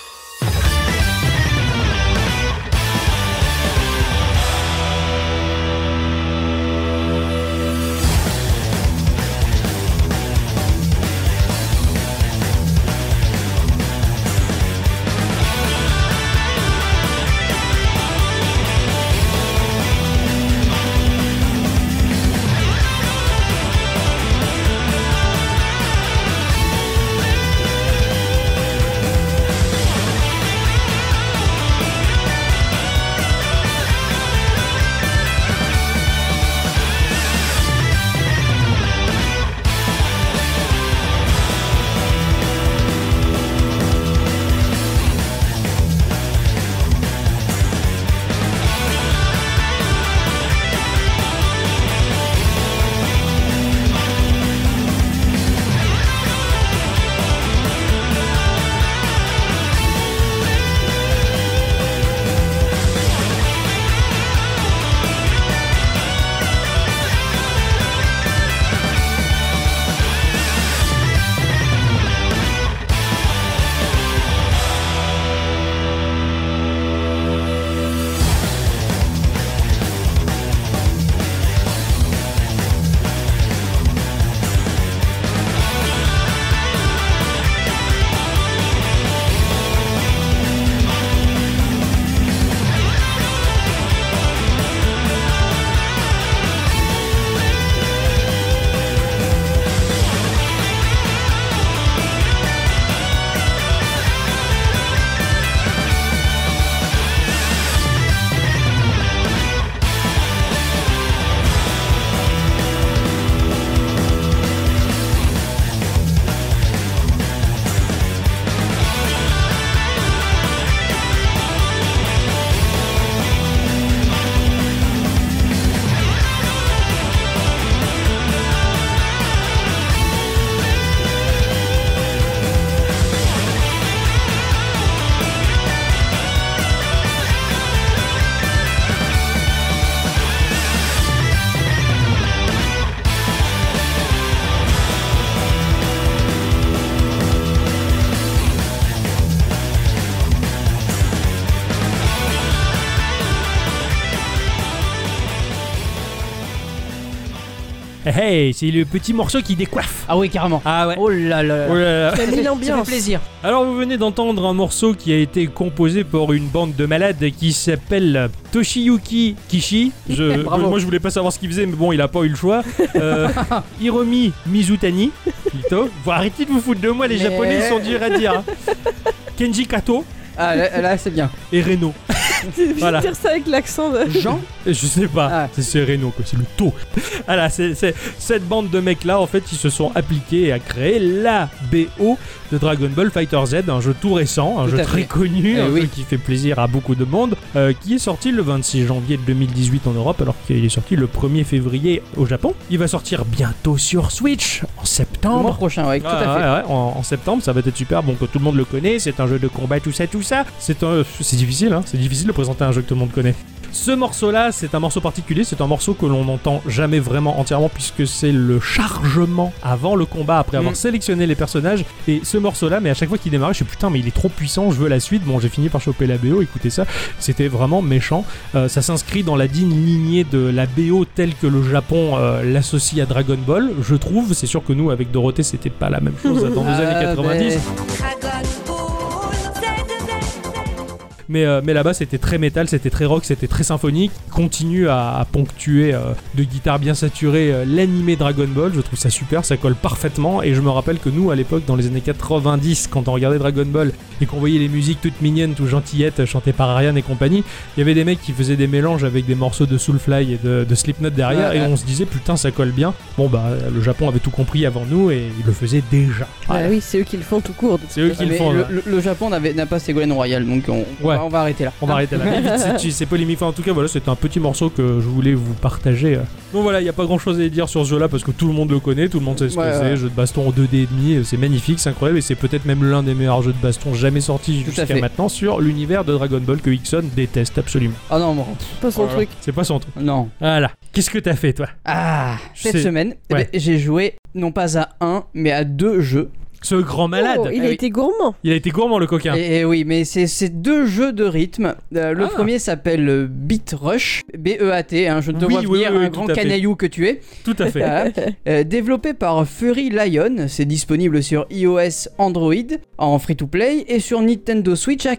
Eh, Hey, c'est le petit morceau qui décoiffe. Ah oui, carrément. Ah ouais. Oh là là. Oh là là. T'as mis Ça fait l'ambiance. plaisir. Alors vous venez d'entendre un morceau qui a été composé par une bande de malades qui s'appelle Toshiyuki Kishi. Je, Bravo. moi je voulais pas savoir ce qu'il faisait mais bon il a pas eu le choix. Euh, Hiromi Mizutani. Plutôt. Vous arrêtez de vous foutre de moi les Mais- japonais ils sont durs à dire. hein. Kenji Kato Ah là, là, c'est bien. et Reno. Tu Voilà. dire ça avec l'accent de. Jean Je sais pas, Ah. c'est c'est Reno quoi, c'est le taux. voilà, c'est c'est- cette bande de mecs là en fait, ils se sont appliqués à créer la BO de Dragon Ball Fighter Z, un jeu tout récent, un Tout jeu à très fait. connu, Eh un oui. jeu qui fait plaisir à beaucoup de monde, euh, qui est sorti le 26 janvier 2018 en Europe alors qu'il est sorti le 1er février au Japon. Il va sortir bientôt sur Switch en Le septembre. mois prochain, ouais, tout Ah, Ouais, à fait. ouais, ouais, en, en septembre, ça va être super. Bon, que tout le monde le connaît, c'est un jeu de combat, tout ça, tout ça. C'est un, c'est difficile, hein, c'est difficile de présenter un jeu que tout le monde connaît. Ce morceau-là, c'est un morceau particulier, c'est un morceau que l'on n'entend jamais vraiment entièrement puisque c'est le chargement avant le combat, après avoir Mm. sélectionné les personnages. Et ce morceau-là, mais à chaque fois qu'il démarrait, je suis putain, mais il est trop puissant, je veux la suite. Bon, j'ai fini par choper la BO, écoutez ça, c'était vraiment méchant. Euh, ça s'inscrit dans la digne lignée de la BO telle que le Japon euh, l'associe à Dragon Ball, je trouve. C'est sûr que nous, avec Dorothée, c'était pas la même chose dans les Ah, années 90. ben, Dragon Ball Z, Z, Z. Mais, euh, mais là-bas, c'était très métal, c'était très rock, c'était très symphonique. Il Continue à, à ponctuer euh, de guitare bien saturée euh, l'animé Dragon Ball. Je trouve ça super, ça colle parfaitement. Et je me rappelle que nous, à l'époque, dans les années 90, quand on regardait Dragon Ball et qu'on voyait les musiques toutes mignonnes, toutes gentillettes, euh, chantées par Ariane et compagnie, il y avait des mecs qui faisaient des mélanges avec des morceaux de Soulfly et de, de Slipknot derrière. Ouais, et ouais. on se disait, putain, ça colle bien. Bon, bah, le Japon avait tout compris avant nous et il le faisait déjà. Bah oui, c'est eux qui le font tout court. C'est eux qui le Mais font. le, là. le- le Japon n'avait- n'a pas Ségolène Royal, donc on, on Ouais. va- on va arrêter là. Ah, On va arrêter là. Mais vite, c'est- tu- C'est polémique. Enfin, en tout cas, voilà, c'était un petit morceau que je voulais vous partager. euh. Donc voilà, il n'y a pas grand chose à dire sur ce jeu-là parce que tout le monde le connaît, tout le monde sait ce Ouais, que c'est. ouais. Jeu de baston en 2D et demi, euh, c'est magnifique, c'est incroyable et c'est peut-être même l'un des meilleurs jeux de baston jamais sortis Tout à jusqu'à fait. maintenant sur l'univers de Dragon Ball que Hickson déteste absolument. Ah non, bon, Pas son truc. C'est pas son truc. non. Voilà. Qu'est-ce que t'as fait, toi Ah, Je cette sais. semaine, eh Ouais. ben, j'ai joué non pas à un, mais à deux jeux. Ce grand malade. Oh, il... il a Ah oui. été gourmand. a été gourmand, le coquin. Et, et oui, mais c'est c'est deux jeux de rythme. Euh, le Ah. premier s'appelle euh, Beat Rush, B-E-A-T, hein, je ne te Oui, vois oui, venir, oui, un tout grand à fait. canaillou que tu es. Tout à fait. Voilà. Euh, développé par Fury Lion, c'est disponible sur iOS, Android, en free-to-play, et sur Nintendo Switch à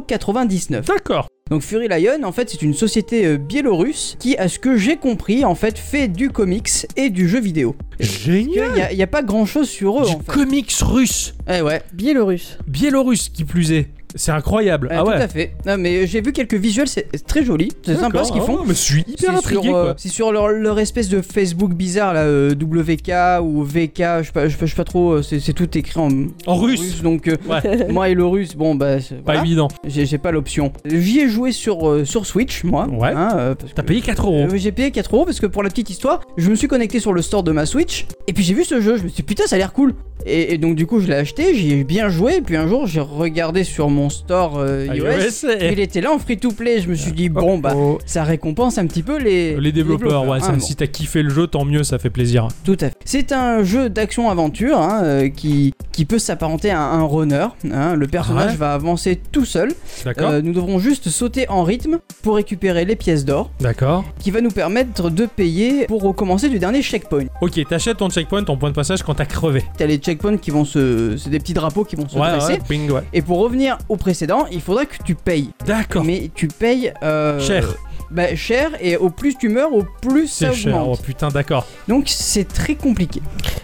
4,99€. D'accord. Donc Fury Lion, en fait, c'est une société euh, biélorusse qui, à ce que j'ai compris, en fait, fait du comics et du jeu vidéo. Génial. Il n'y a, pas grand-chose sur eux, Du Oh, en fait. comics russe, Eh ouais, Biélorusse. biélorusse qui plus est. C'est incroyable. euh, ah ouais. tout à fait. Non, mais j'ai vu quelques visuels, c'est c'est très joli, c'est sympa D'accord. ce qu'ils Ah font. ouais, mais je suis C'est hyper intrigué. sur, euh, quoi. c'est sur leur, leur espèce de Facebook bizarre, là, euh, WK ou VK, je sais pas, je sais pas trop, euh, c'est c'est tout écrit en En russe. donc euh, Ouais. moi et le russe, bon bah c'est- Pas voilà, évident. j'ai j'ai pas l'option. J'y ai joué sur, euh, sur Switch, moi. Ouais. hein, euh, parce T'as que- payé 4 euros. Euh, j'ai payé 4 euros parce que pour la petite histoire, je me suis connecté sur le store de ma Switch et puis j'ai vu ce jeu. Je me suis dit putain, ça a l'air cool. Et, et donc du coup, je l'ai acheté, j'y ai bien joué. Et puis un jour, j'ai regardé sur mon store euh, Ah, iOS. iOS, eh. Il était là en free to play. Je me suis dit bon bah Oh. ça récompense un petit peu les Les développeurs, ouais, hein, ça, bon. si t'as kiffé le jeu, tant mieux, ça fait plaisir. Tout à fait. C'est un jeu d'action-aventure hein, euh, qui, qui peut s'apparenter à un runner. hein. Le personnage Ouais. va avancer tout seul. D'accord Euh, nous devrons juste sauter en rythme pour récupérer les pièces d'or D'accord. qui va nous permettre de payer pour recommencer du dernier checkpoint. Ok, t'achètes ton checkpoint, ton point de passage quand t'as crevé. T'as les checkpoints qui vont se... C'est des petits drapeaux qui vont se Ouais, dresser. ouais, bing, ouais. Et pour revenir au précédent, il faudra que tu payes. D'accord. Mais tu payes... euh, Cher. Bah, cher, et au plus tu meurs, au plus ça C'est cher. Oh augmente. putain, d'accord. Donc c'est très compliqué.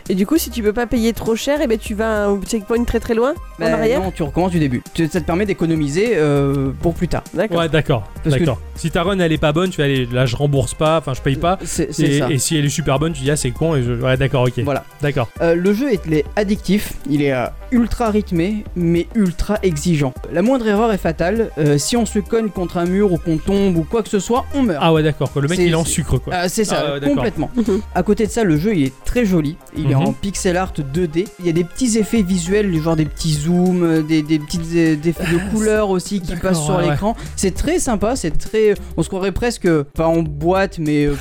Et du coup, si tu peux pas payer trop cher, eh ben tu vas au checkpoint très très loin, en Bah, arrière. non, tu recommences du début. Tu- Ça te permet d'économiser euh, pour plus tard. D'accord. Ouais, d'accord. Parce que- D'accord. Si ta run elle est pas bonne, tu vas aller là, je rembourse pas, enfin, je paye pas. C'est c'est Et, ça. et si elle est super bonne, tu dis ah, c'est con. Et je... Ouais, d'accord, ok. Voilà. D'accord. Euh, le jeu est il est addictif, il est euh, ultra rythmé, mais ultra exigeant. La moindre erreur est fatale. euh, si on se cogne contre un mur ou qu'on tombe ou quoi que ce soit, on meurt. Ah ouais, d'accord. quoi. Le mec, C'est- il est en c'est- sucre, quoi. Euh, c'est ça, Ah ouais, d'accord. complètement. à côté de ça, le jeu il est très joli. Il est Mhm. en pixel art 2D. Il y a des petits effets visuels, genre des petits zooms, euh, des, des petits euh, des effets de couleurs aussi qui Ah, d'accord, passent sur ouais, l'écran. C'est très sympa, c'est très. On se croirait presque euh, pas en boîte, mais euh,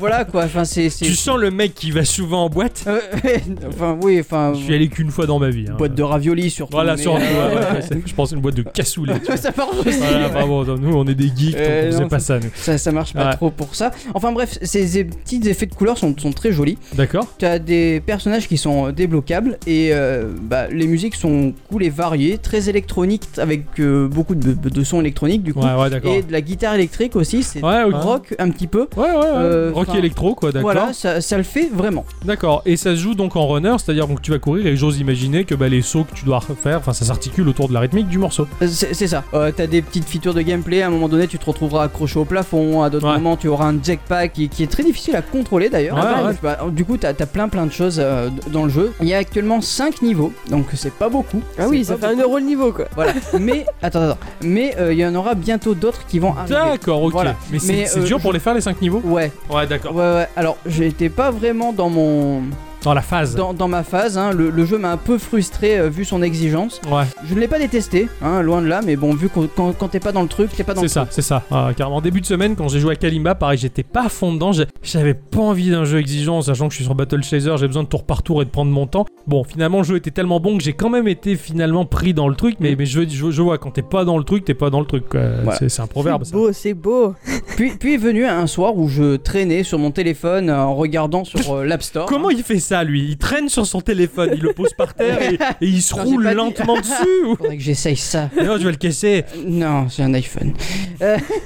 voilà quoi. Enfin, c'est. c'est- Tu sens le mec qui va souvent en boîte Euh, enfin, oui, enfin. Je suis allé qu'une fois dans ma vie. hein. Euh, Boîte de raviolis surtout. Voilà, mais, sur. euh, ouais, ouais, c'est- je pense une boîte de cassoulet. tu vois. ça marche aussi. Voilà, enfin bon, nous on est des geeks, donc Euh, on faisait non, pas ça nous. Ça, ça marche pas Ouais. trop pour ça. Enfin bref, ces ces petits effets de couleurs sont, sont très jolis. D'accord T'as des personnages qui sont euh, débloquables et euh, bah, les musiques sont cool et variées, très électroniques avec euh, beaucoup de, de sons électroniques du coup. Ouais, ouais, d'accord. et de la guitare électrique aussi, c'est Ouais, ok. rock un petit peu. Ouais, ouais, ouais. Euh, Rock enfin, électro, quoi, d'accord. Voilà, ça, ça le fait vraiment. D'accord. Et ça se joue donc en runner, c'est-à-dire donc tu vas courir et j'ose imaginer que bah, les sauts que tu dois faire, enfin ça s'articule autour de la rythmique du morceau. Euh, C'est c'est ça. Euh, T'as des petites features de gameplay. À un moment donné, tu te retrouveras accroché au plafond. À d'autres Ouais. moments, tu auras un jetpack qui, qui est très difficile à contrôler d'ailleurs. Ouais, Ah bah, ouais. bah, du coup, t'as as plein plein de choses euh, d- dans le jeu. Il y a actuellement 5 niveaux, donc c'est pas beaucoup. Ah oui, C'est ça pas fait un euro le niveau quoi. Voilà. Mais attends, attends. Mais euh, il y en aura bientôt d'autres qui vont arriver. D'accord, ok. Ah, Voilà. Mais c'est Mais, c'est euh, dur je- pour les faire les 5 niveaux Ouais, Ouais, ouais, d'accord. ouais. Alors, j'étais pas vraiment dans mon, Dans la phase. dans, dans ma phase. hein. Le, le jeu m'a un peu frustré euh, vu son exigence. Ouais, Je ne l'ai pas détesté, hein, loin de là. Mais bon, vu qu'on- quand, quand t'es pas dans le truc, t'es pas dans c'est le ça, c'est ça. Ah, carrément, en début de semaine, quand j'ai joué à Kalimba, pareil, j'étais pas à fond dedans. j'ai- J'avais pas envie d'un jeu exigeant, sachant que je suis sur Battle Chaser, j'ai besoin de tour par tour et de prendre mon temps. Bon, finalement, le jeu était tellement bon que j'ai quand même été finalement pris dans Mm. le truc. Mais, mais je, je, je vois, quand t'es pas dans le truc, t'es pas dans le truc. quoi. Voilà. C'est c'est un proverbe. c'est ça. beau, c'est beau. Puis, puis est venu un soir où je traînais sur mon téléphone en regardant sur euh, l'App Store. Comment il fait ça, lui Il traîne sur son téléphone, il le pose par terre et, et il se Non, j'ai roule pas dit. lentement dessus. ou- Faudrait que j'essaye ça. Non, je vais le casser. Non, c'est un iPhone.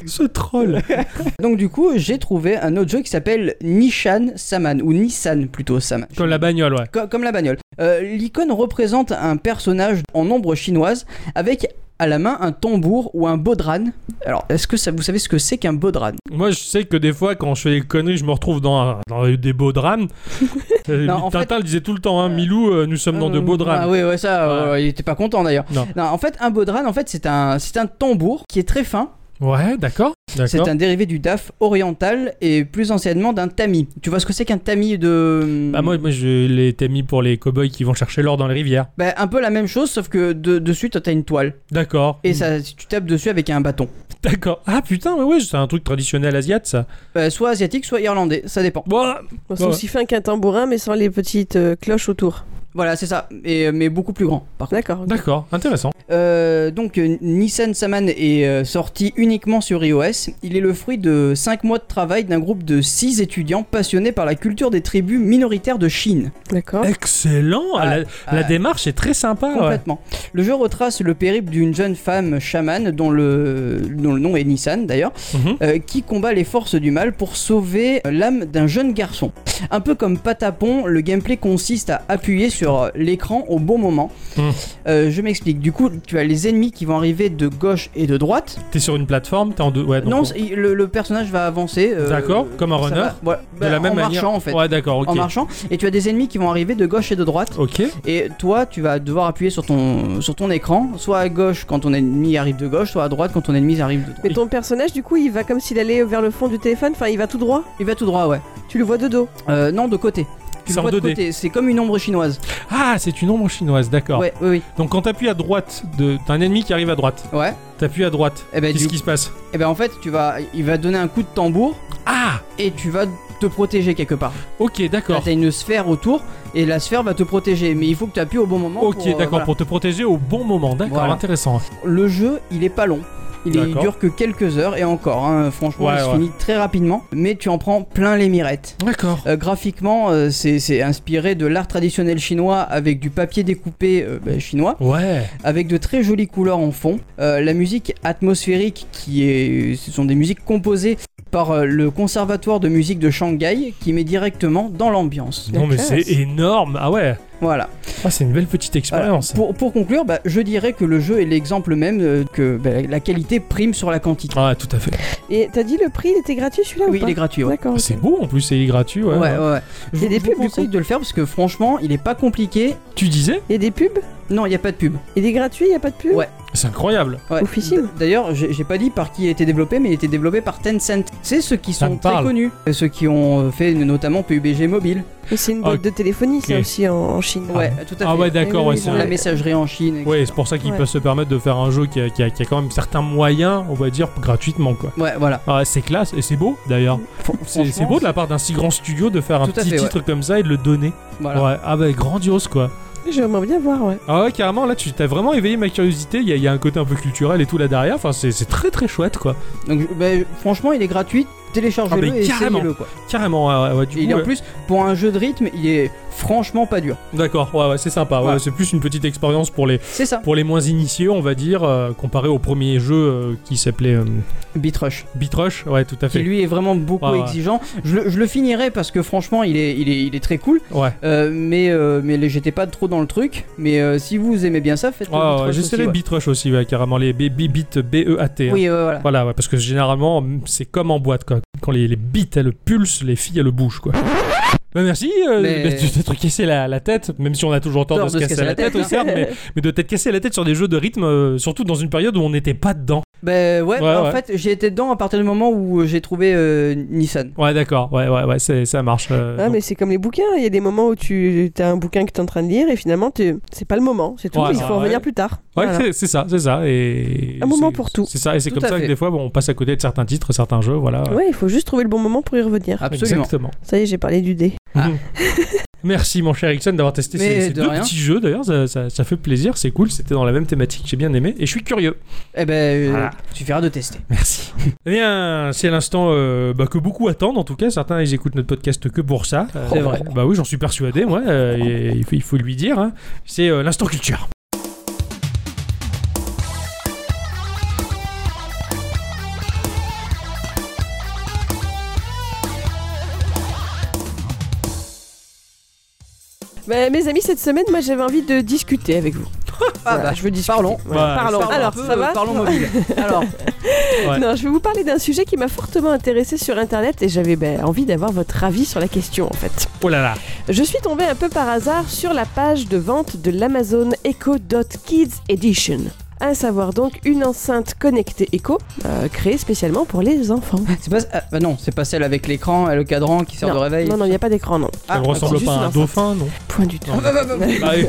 Ce troll. Donc du coup, j'ai trouvé un autre jeu qui s'appelle Nishan Saman, ou Nissan plutôt Saman. Comme la bagnole, ouais. Co- comme la bagnole. Euh, L'icône représente un personnage en ombre chinoise avec à la main un tambour ou un bodran. Alors, est-ce que ça, vous savez ce que c'est qu'un bodran Moi, je sais que des fois, quand je fais des conneries, je me retrouve dans, dans des beaux drames. Euh, Non, en Tintin le disait tout le temps, hein, Milou, euh, nous sommes dans de beaux drames. Ah oui, ouais, ça, Ouais. euh, il était pas content d'ailleurs. Non. en fait, un bodran, en fait, c'est un, c'est un tambour qui est très fin. Ouais, d'accord. C'est D'accord. un dérivé du daf oriental et plus anciennement d'un tamis. Tu vois ce que c'est qu'un tamis de Bah, moi, moi, je l'ai été mis pour les cow-boys qui vont chercher l'or dans les rivières. Bah, un peu la même chose, sauf que de, dessus, toi, t'as une toile. D'accord. Et ça, tu tapes dessus avec un bâton. D'accord. Ah putain, ouais, ouais, c'est un truc traditionnel asiat, ça. Euh, soit asiatique, soit irlandais, ça dépend. Bon, Bon, c'est Ouais. aussi fin qu'un tambourin, mais sans les petites euh, cloches autour. Voilà, c'est ça. Et, euh, mais beaucoup plus grand, par contre. D'accord. d'accord, intéressant. Euh, donc, euh, Nissan Saman est euh, sorti uniquement sur iOS. Il est le fruit de 5 mois de travail d'un groupe de 6 étudiants passionnés par la culture des tribus minoritaires de Chine. Eh D'accord. Excellent. Ah, la, ah, la démarche est très sympa. Ah ouais. Complètement. Le jeu retrace le périple d'une jeune femme chamane, dont le, dont le nom est Nissan d'ailleurs, Mhm. euh, qui combat les forces du mal pour sauver l'âme d'un jeune garçon. Un peu comme Patapon, le gameplay consiste à appuyer sur euh, l'écran au bon moment. Mm. Euh, je m'explique. Du coup, tu as les ennemis qui vont arriver de gauche et de droite. T'es sur une plateforme, t'es en deux. Ouais, Ah, donc non, on- c'est- le, le personnage va avancer. euh, D'accord, comme un ça runner. va- voilà. de Bah, la même en manière. marchant en fait. Ouais, d'accord, ok. En marchant, et tu as des ennemis qui vont arriver de gauche et de droite, Ok. et toi tu vas devoir appuyer sur ton, sur ton écran, soit à gauche quand ton ennemi arrive de gauche, soit à droite quand ton ennemi arrive de droite. Mais ton personnage, du coup, il va comme s'il allait vers le fond du téléphone, enfin, il va tout droit. Il va tout droit, ouais. Tu le vois de dos. Euh, non, de côté. Tu C'est le en vois de 2D. côté, c'est comme une ombre chinoise. Ah, c'est une ombre chinoise, d'accord. Ouais, oui, oui. Donc quand t'appuies à droite, de... t'as un ennemi qui arrive à droite. Ouais. T'appuies à droite. Et ben, Qu'est-ce du... qui se passe eh ben en fait, tu vas... il va donner un coup de tambour Ah, et tu vas te protéger quelque part. ok, Là, d'accord. t'as une sphère autour et la sphère va te protéger, mais il faut que tu appuies au bon moment. Ok, pour, euh, d'accord, voilà. pour te protéger au bon moment, d'accord, Voilà. intéressant. Le jeu, il est pas long. Il, est- il D'accord. dure que quelques heures et encore, hein, franchement, Ouais, il se ouais. finit très rapidement, mais tu en prends plein les mirettes. D'accord. Euh, graphiquement, euh, c'est c'est inspiré de l'art traditionnel chinois avec du papier découpé euh, bah, chinois, Ouais, avec de très jolies couleurs en fond. Euh, la musique atmosphérique, qui est, ce sont des musiques composées par euh, le Conservatoire de musique de Shanghai, qui met directement dans l'ambiance. non mais classe. c'est énorme. Ah ouais, Voilà. Ah, c'est une belle petite Voilà. expérience. Pour, pour conclure, bah, je dirais que le jeu est l'exemple même euh, que bah, la qualité prime sur la quantité. Ah, tout à fait. Ah, Et t'as dit le prix, il était gratuit celui-là ou Oui, pas il est gratuit. Ouais. D'accord. ok. C'est beau en plus, et il est gratuit. Ouais. Ah ouais, ouais. Il y a des Je vous pubs, du conseille coup. de le faire parce que franchement, il est pas compliqué. Tu disais Il y a des pubs Non, il n'y a pas de pub. Il est gratuit, il n'y a pas de pub Ouais. C'est incroyable. Ouais. Oufissime. D- D'ailleurs, j'ai j'ai pas dit par qui il a été développé, mais il a été développé par Tencent. C'est ceux qui Ça sont me très parle. connus, Et ceux qui ont euh, fait notamment PUBG mobile. Et c'est une boîte Ok. de téléphonie, ça aussi, en, en Chine. Ouais, tout à fait. Ah ouais, d'accord, ouais, Oui, c'est Ils ont oui, la un- oui. messagerie en Chine. etc. Ouais, c'est pour ça qu'ils Ouais. peuvent se permettre de faire un jeu qui a, qui a- qui a quand même certains moyens, on va dire, gratuitement quoi. Ouais, voilà. Ah, c'est classe et c'est beau d'ailleurs. Fr- C'est c'est Mmh, franchement, beau de la part d'un si grand studio de faire un Tout à petit fait, ouais. titre comme ça et de le donner. Voilà. Ouais, ah bah grandiose quoi. J'aimerais bien voir, ouais. Ah ouais, carrément, là tu t'as vraiment éveillé ma curiosité. Il y, a- il y a un côté un peu culturel et tout là derrière. Enfin, c'est c'est très très chouette quoi. Donc, je- bah, franchement, il est gratuit. Téléchargez-le Ah, mais et carrément. essayez-le. quoi. Carrément, ouais, ouais, ouais, du Et il est coup, en ouais. plus, pour un jeu de rythme, il est franchement pas dur. D'accord, ouais, ouais, c'est sympa. Ouais, Ouais. c'est plus une petite expérience pour les, C'est ça, pour les moins initiés, on va dire, euh, comparé au premier jeu euh, qui s'appelait euh, Bitrush. Bitrush. Ouais, tout à Qui fait. lui est vraiment beaucoup Ouais, ouais. exigeant. Je, le- je le finirai parce que franchement, il est, il est, il est très cool. Ouais. Euh, mais euh, mais les- j'étais pas trop dans le truc. Mais euh, si vous aimez bien ça, faites-le. Ah, votre ouais, sauce j'essaierai aussi, le Bitrush aussi, ouais, carrément, les B- B- beat B-E-A-T. hein. ouais. Oui, ouais, voilà. Voilà, ouais, parce que généralement, mm, c'est comme en boîte, quoi. Quand les, les beats, elles pulsent, les filles, elles bougent, quoi. Bah merci euh, Mais- bah, de t'être cassé la, la tête, même si on a toujours tort de, se casser, la tête, hein. certes, mais, mais de t'être cassé la tête sur des jeux de rythme, euh, surtout dans une période où on n'était pas dedans. Ben ouais, Ouais, bah, en ouais. fait, j'ai été dedans à partir du moment où j'ai trouvé euh, Nissan. Ouais, d'accord, ouais, ouais, ouais, c'est- ça marche. euh, Ah, donc- mais c'est comme les bouquins, il y a des moments où tu as un bouquin que tu es en train de lire et finalement t'es- c'est pas le moment, c'est tout, Voilà, il faut ouais. revenir plus tard. Ouais, Voilà. c'est- c'est ça, c'est ça. Et Un moment c'est- pour tout. C'est ça, et c'est Tout comme à ça fait. que des fois, bon, on passe à côté de certains titres, certains jeux, voilà. Ah. Ouais, il faut juste trouver le bon moment pour y revenir. Absolument. Exactement. Ça y est, j'ai parlé du dé. Merci mon cher Ixon d'avoir testé Mais ces, ces de deux rien. petits jeux d'ailleurs, ça, ça- ça fait plaisir, c'est cool, c'était dans la même thématique, j'ai bien aimé et je suis curieux. Eh ben, euh, Voilà. suffira de tester. Merci. eh bien, c'est l'instant euh, bah, que beaucoup attendent en tout cas, certains ils écoutent notre podcast que pour ça. Euh, C'est vrai. Bah oui, j'en suis persuadé, moi, euh, et il, faut, il faut lui dire, hein. c'est euh, l'instant culture. Bah, mes amis, cette semaine, moi j'avais envie de discuter avec vous. Ah Voilà, bah, je veux discuter. parlons. Bah, parlons. Parlons un Alors, peu, ça va euh, Parlons mobile. Alors, Ouais. Non, je vais vous parler d'un sujet qui m'a fortement intéressé sur internet et j'avais ben, envie d'avoir votre avis sur la question en fait. Oh là là. Je suis tombée un peu par hasard sur la page de vente de l'Amazon Echo Dot Kids Edition. À savoir donc une enceinte connectée Echo euh, créée spécialement pour les enfants. c'est pas. ah, bah non, c'est pas celle avec l'écran et le cadran qui sert non, de réveil. non, non, il n'y a pas d'écran, non. Ça ne Ah, ressemble attends, pas à un juste dauphin, non Point du tout. Non. bah, bah, bah, bah. Bah oui.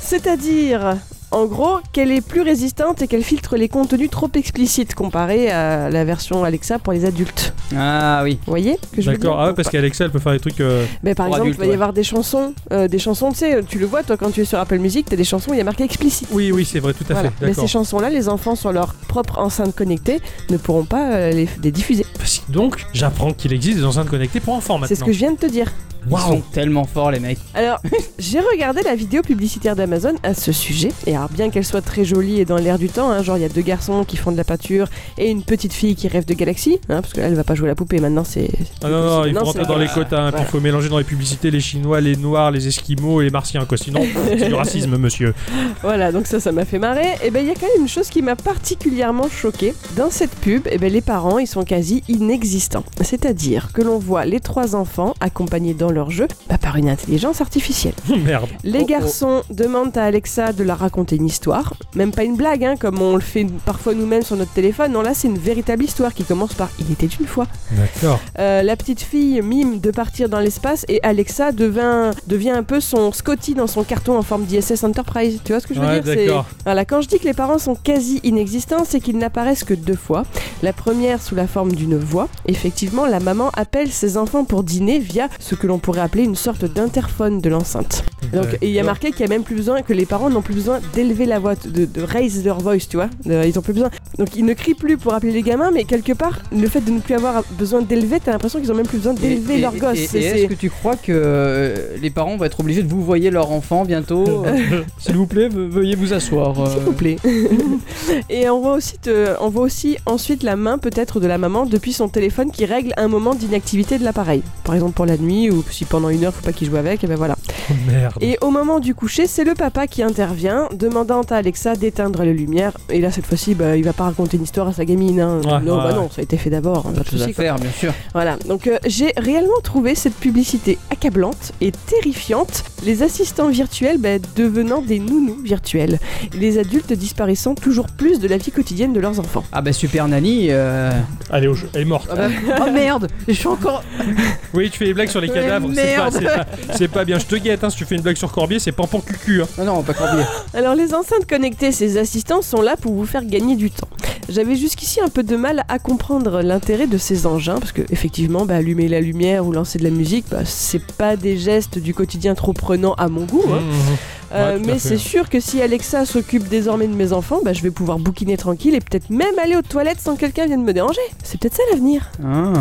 C'est-à-dire, en gros, qu'elle est plus résistante et qu'elle filtre les contenus trop explicites comparé à la version Alexa pour les adultes. Ah oui. Vous voyez que je veux dire D'accord, ah ouais, parce qu'Alexa elle peut faire des trucs. euh, Mais par Pour exemple, il adultes, va y ouais. avoir des chansons, euh, des chansons, tu sais, tu le vois toi quand tu es sur Apple Music, t'as des chansons, il y a marqué explicite. Oui, oui, c'est vrai, tout à Voilà. fait. Mais D'accord. ces chansons-là, les enfants sur leur propre enceinte connectée ne pourront pas euh, les, les diffuser. Parce que Donc, j'apprends qu'il existe des enceintes connectées pour enfants C'est maintenant. ce que je viens de te dire. Ils sont Waouh tellement forts les mecs. Alors, j'ai regardé la vidéo publicitaire d'Amazon à ce sujet. Et alors, bien qu'elle soit très jolie et dans l'air du temps, hein, genre il y a deux garçons qui font de la peinture et une petite fille qui rêve de galaxie, hein, parce que là, elle va pas jouer à la poupée maintenant, c'est. Ah non, non, il faut Non, rentrer c'est- dans les quotas, hein, puis il faut mélanger dans les publicités les Chinois, les Noirs, les Esquimaux et les Martiens, quoi. Sinon, c'est du racisme, monsieur. Voilà, donc ça, ça m'a fait marrer. Et ben, il y a quand même une chose qui m'a particulièrement choquée. Dans cette pub, et ben, les parents, ils sont quasi inexistants. C'est-à-dire que l'on voit les trois enfants accompagnés dans leur jeu bah, par une intelligence artificielle. Merde. Les Oh, oh. garçons demandent à Alexa de leur raconter une histoire. Même pas une blague, hein, comme on le fait parfois nous-mêmes sur notre téléphone. Non, là, c'est une véritable histoire qui commence par Il était une fois. D'accord. Euh, la petite fille mime de partir dans l'espace et Alexa devint, devient un peu son Scotty dans son carton en forme d'ISS Enterprise. Tu vois ce que je veux Ouais, dire C'est- d'accord. Voilà, quand je dis que les parents sont quasi inexistants, c'est qu'ils n'apparaissent que deux fois. La première sous la forme d'une voix. Effectivement, la maman appelle ses enfants pour dîner via ce que l'on pourrait appeler une sorte d'interphone de l'enceinte. Euh, Donc et il y a marqué qu'il y a même plus besoin que les parents n'ont plus besoin d'élever la voix, de, de raise leur voice, tu vois. De- ils ont plus besoin. Donc ils ne crient plus pour appeler les gamins, mais quelque part, le fait de ne plus avoir besoin d'élever, t'as l'impression qu'ils ont même plus besoin d'élever Et- leur et- gosse. et- C'est- et c'est- Est-ce que tu crois que euh, les parents vont être obligés de vous voyer leur enfant bientôt euh S'il vous plaît, ve- veuillez vous asseoir. euh. S'il vous plaît. et on voit, aussi te- on voit aussi ensuite la main peut-être de la maman depuis son téléphone qui règle un moment d'inactivité de l'appareil. Par exemple pour la nuit ou si pendant une heure faut pas qu'il joue avec, et ben voilà. Oh, merde. Et au moment du coucher, c'est le papa qui intervient, demandant à Alexa d'éteindre les lumières. Et là cette fois-ci, bah, il va pas raconter une histoire à sa gamine. hein. Ouais, non, ouais, bah ouais. non, ça a été fait d'abord. hein, pas de Chose à souci, quoi. faire, bien sûr. Voilà, donc euh, j'ai réellement trouvé cette publicité accablante et terrifiante, les assistants virtuels bah, devenant des nounous virtuels, et les adultes disparaissant toujours plus de la vie quotidienne de leurs enfants. Ah bah super Nani. euh, Allez, au jeu. Elle est morte. ah bah- oh merde, je suis encore. Oui, tu fais des blagues sur les Mais cadavres. C'est pas, merde. c'est pas, c'est pas bien. Je te guette, hein, si tu fais une blague sur Corbier, c'est pampan cucu. Hein. Non Ah, non, pas Corbier. Alors les enceintes connectées, ces assistants sont là pour vous faire gagner du temps. J'avais jusqu'ici un peu de mal à comprendre l'intérêt de ces engins, parce que effectivement, bah, allumer la lumière ou lancer de la musique, bah, c'est pas des gestes du quotidien trop prenants à mon goût. hein. Mhm. Euh, tout à mais fait, c'est hein. sûr que si Alexa s'occupe désormais de mes enfants, bah, je vais pouvoir bouquiner tranquille et peut-être même aller aux toilettes sans que quelqu'un vienne me déranger. C'est peut-être ça l'avenir. Ah.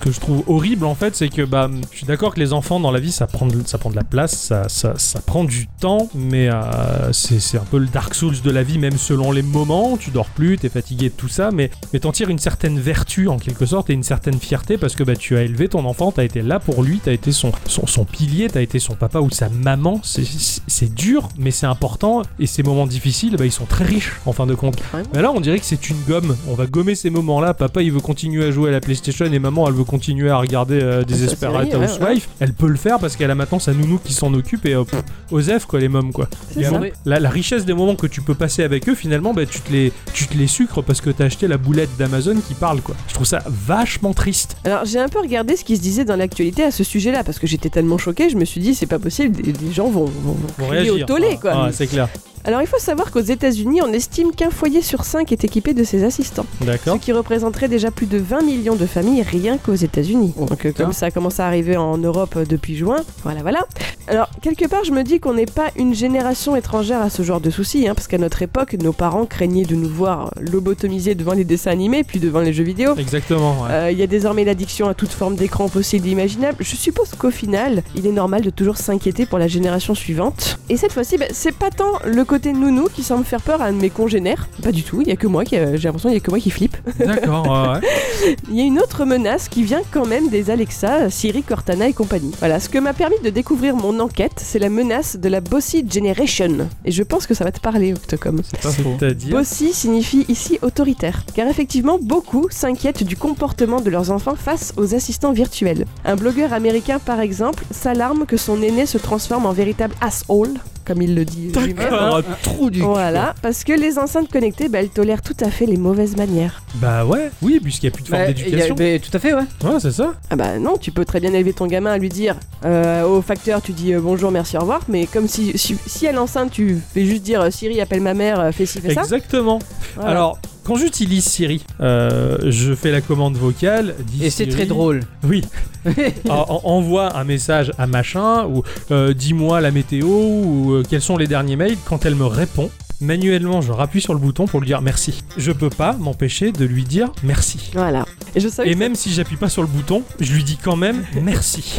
que je trouve horrible en fait, c'est que bah, je suis d'accord que les enfants dans la vie ça prend de, ça prend de la place, ça, ça, ça prend du temps, mais euh, c'est c'est un peu le Dark Souls de la vie, même selon les moments. Tu dors plus, t'es fatigué, tout ça, mais, mais t'en tires une certaine vertu en quelque sorte et une certaine fierté parce que bah, tu as élevé ton enfant, t'as été là pour lui, t'as été son, son, son pilier, t'as été son papa ou sa maman. C'est- C'est c'est dur, mais c'est important et ces moments difficiles, bah, ils sont très riches en fin de compte. Ah Mais là, on dirait que c'est une gomme. On va gommer ces moments-là. Papa, il veut continuer à jouer à la PlayStation et maman, elle veut continuer à regarder euh, Ah, Desperate série, ouais, Housewife. Elle peut le faire parce qu'elle a maintenant sa nounou qui s'en occupe et euh, pff, Osef, quoi, les mômes, quoi. C'est Et ça. alors, La, la richesse des moments que tu peux passer avec eux, finalement, bah, tu, te les, tu te les sucres parce que t'as acheté la boulette d'Amazon qui parle, quoi. Je trouve ça vachement triste. Alors j'ai un peu regardé ce qui se disait dans l'actualité à ce sujet-là, parce que j'étais tellement choquée, je me suis dit c'est pas possible, des, des gens vont, vont- vont Pour crier réagir. au tollé quoi. Ah, c'est clair. Alors il faut savoir qu'aux États-Unis, on estime qu'un foyer sur cinq est équipé de ses assistants, ce D'accord. qui représenterait déjà plus de 20 millions de familles rien qu'aux États-Unis. Oh, Donc euh, comme ça commence à arriver en Europe euh, depuis juin, voilà voilà. Alors quelque part, je me dis qu'on n'est pas une génération étrangère à ce genre de soucis, hein, parce qu'à notre époque, nos parents craignaient de nous voir lobotomisés devant les dessins animés, puis devant les jeux vidéo. Exactement. ouais. Euh, Il y a désormais l'addiction à toute forme d'écran possible et imaginable. Je suppose qu'au final, il est normal de toujours s'inquiéter pour la génération suivante. Et cette fois-ci, bah, c'est pas tant le côté nounou qui semble faire peur à un de mes congénères. Pas du tout, il y a que moi qui, euh, j'ai l'impression qu'il y a que moi qui flippe. D'accord. ouais, ouais. Il y a une autre menace qui vient quand même des Alexa, euh, Siri, Cortana et compagnie. Voilà, ce que m'a permis de découvrir mon enquête, c'est la menace de la Bossy Generation. Et je pense que ça va te parler, Octocom. C'est pas faux. C'est-à-dire. Bossy signifie ici autoritaire, car effectivement beaucoup s'inquiètent du comportement de leurs enfants face aux assistants virtuels. Un blogueur américain par exemple s'alarme que son aîné se transforme en véritable asshole, comme il le dit lui-même. hein. D'accord. Trou du cul. Voilà, parce que les enceintes connectées, bah, elles tolèrent tout à fait les mauvaises manières. Bah ouais. Oui, puisqu'il n'y a plus de forme Bah, Ouais, Bah, il y a- d'éducation. mais tout à fait, ouais. Ouais, c'est ça. Ah bah non, tu peux très bien élever ton gamin à lui dire euh, au facteur, tu dis euh, bonjour, merci, au revoir, mais comme si, si, si à l'enceinte tu fais juste dire euh, Siri, appelle ma mère, euh, fais ci, fais ça. Exactement. voilà. Alors, quand j'utilise Siri, euh, je fais la commande vocale. Dis Et c'est Siri- très drôle. Oui. En- Ah, en- envoie un message à machin ou euh, dis-moi la météo ou euh, quels sont les derniers mails. Quand elle me répond, manuellement, je rappuie sur le bouton pour lui dire merci. Je peux pas m'empêcher de lui dire merci. Voilà. Et je savais Et que même si j'appuie pas sur le bouton, je lui dis quand même merci.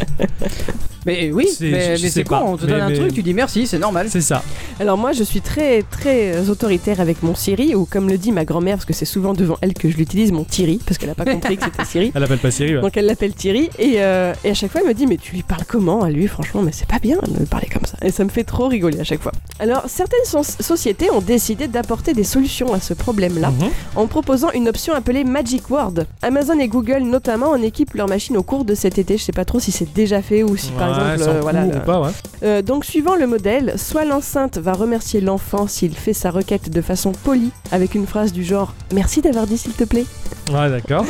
Mais eh, oui, C'est- mais, je mais sais c'est pas. con, on te Mais- donne un mais- truc, tu dis merci, c'est normal. C'est ça. Alors moi je suis très très autoritaire avec mon Siri ou comme le dit ma grand-mère parce que c'est souvent devant elle que je l'utilise mon Thierry parce qu'elle a pas compris que c'était Siri. Elle appelle pas Siri. ouais. Donc elle l'appelle Thierry et, euh, et à chaque fois elle me dit mais tu lui parles comment à lui franchement mais c'est pas bien de parler comme ça et ça me fait trop rigoler à chaque fois. Alors certaines so- sociétés ont décidé d'apporter des solutions à ce problème là Mhm. en proposant une option appelée Magic Word. Amazon et Google notamment en équipent leur machine au cours de cet été je sais pas trop si c'est déjà fait ou si par Ouais, exemple c'est en euh, voilà, cours le- ou pas, ouais. euh, donc suivant le modèle, soit l'enceinte va remercier l'enfant s'il fait sa requête de façon polie, avec une phrase du genre ⁇ Merci d'avoir dit s'il te plaît Ouais, d'accord. ⁇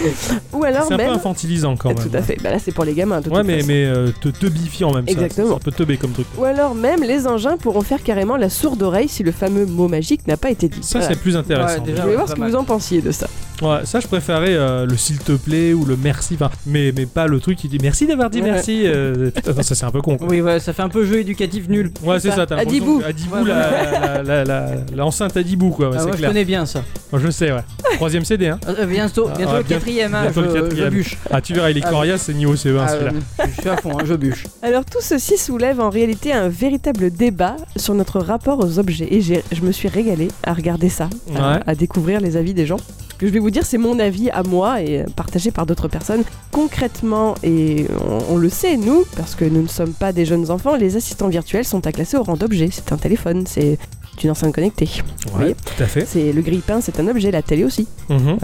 ou alors C'est un peu même... infantilisant quand même. Tout à fait, bah là c'est pour les gamins. de Ouais, toute mais, façon. mais euh, te teubifiant même. ça. Exactement. C'est un peu teubé comme truc. Ou alors même les engins pourront faire carrément la sourde oreille si le fameux mot magique n'a pas été dit. Ça, Voilà. c'est plus intéressant. Ouais, déjà, Je voulais voir pas ce que mal. vous en pensiez de ça. Ouais, ça je préférais euh, le s'il te plaît ou le merci, enfin, mais, mais pas le truc qui dit merci d'avoir dit Ouais. merci. euh, putain, non, ça c'est un peu con. quoi. Oui, ouais, ça fait un peu jeu éducatif nul. Ouais, c'est ça, t'as À l'impression Dibou. que- à Dibou, Ouais, la- la- la- la- l'enceinte à Dibou, quoi, ouais, Ah, c'est moi, je clair. connais bien ça. Moi, Je, sais, ouais. Troisième CD, hein. Euh, bientôt, Ah, bientôt ouais, le bien- quatrième, hein, bientôt le je- je quatrième. bûche. Ah, tu verras, il est Ah, coriace, c'est niveau CE1 Ah, celui-là. euh, je suis à fond, hein, je bûche. Alors tout ceci soulève en réalité un véritable débat sur notre rapport aux objets. Et j'ai- je me suis régalée à regarder ça, à, Ouais. à découvrir les avis des gens. Ce que je vais vous dire, c'est mon avis à moi et euh, partagé par d'autres personnes. Concrètement, et on, on le sait nous, parce que nous ne sommes pas des jeunes enfants, les assistants virtuels sont à classer au rang d'objets. C'est un téléphone, c'est une enceinte connectée. Ouais, Oui. tout à fait. C'est le grille-pain, c'est un objet, la télé aussi. Mhm,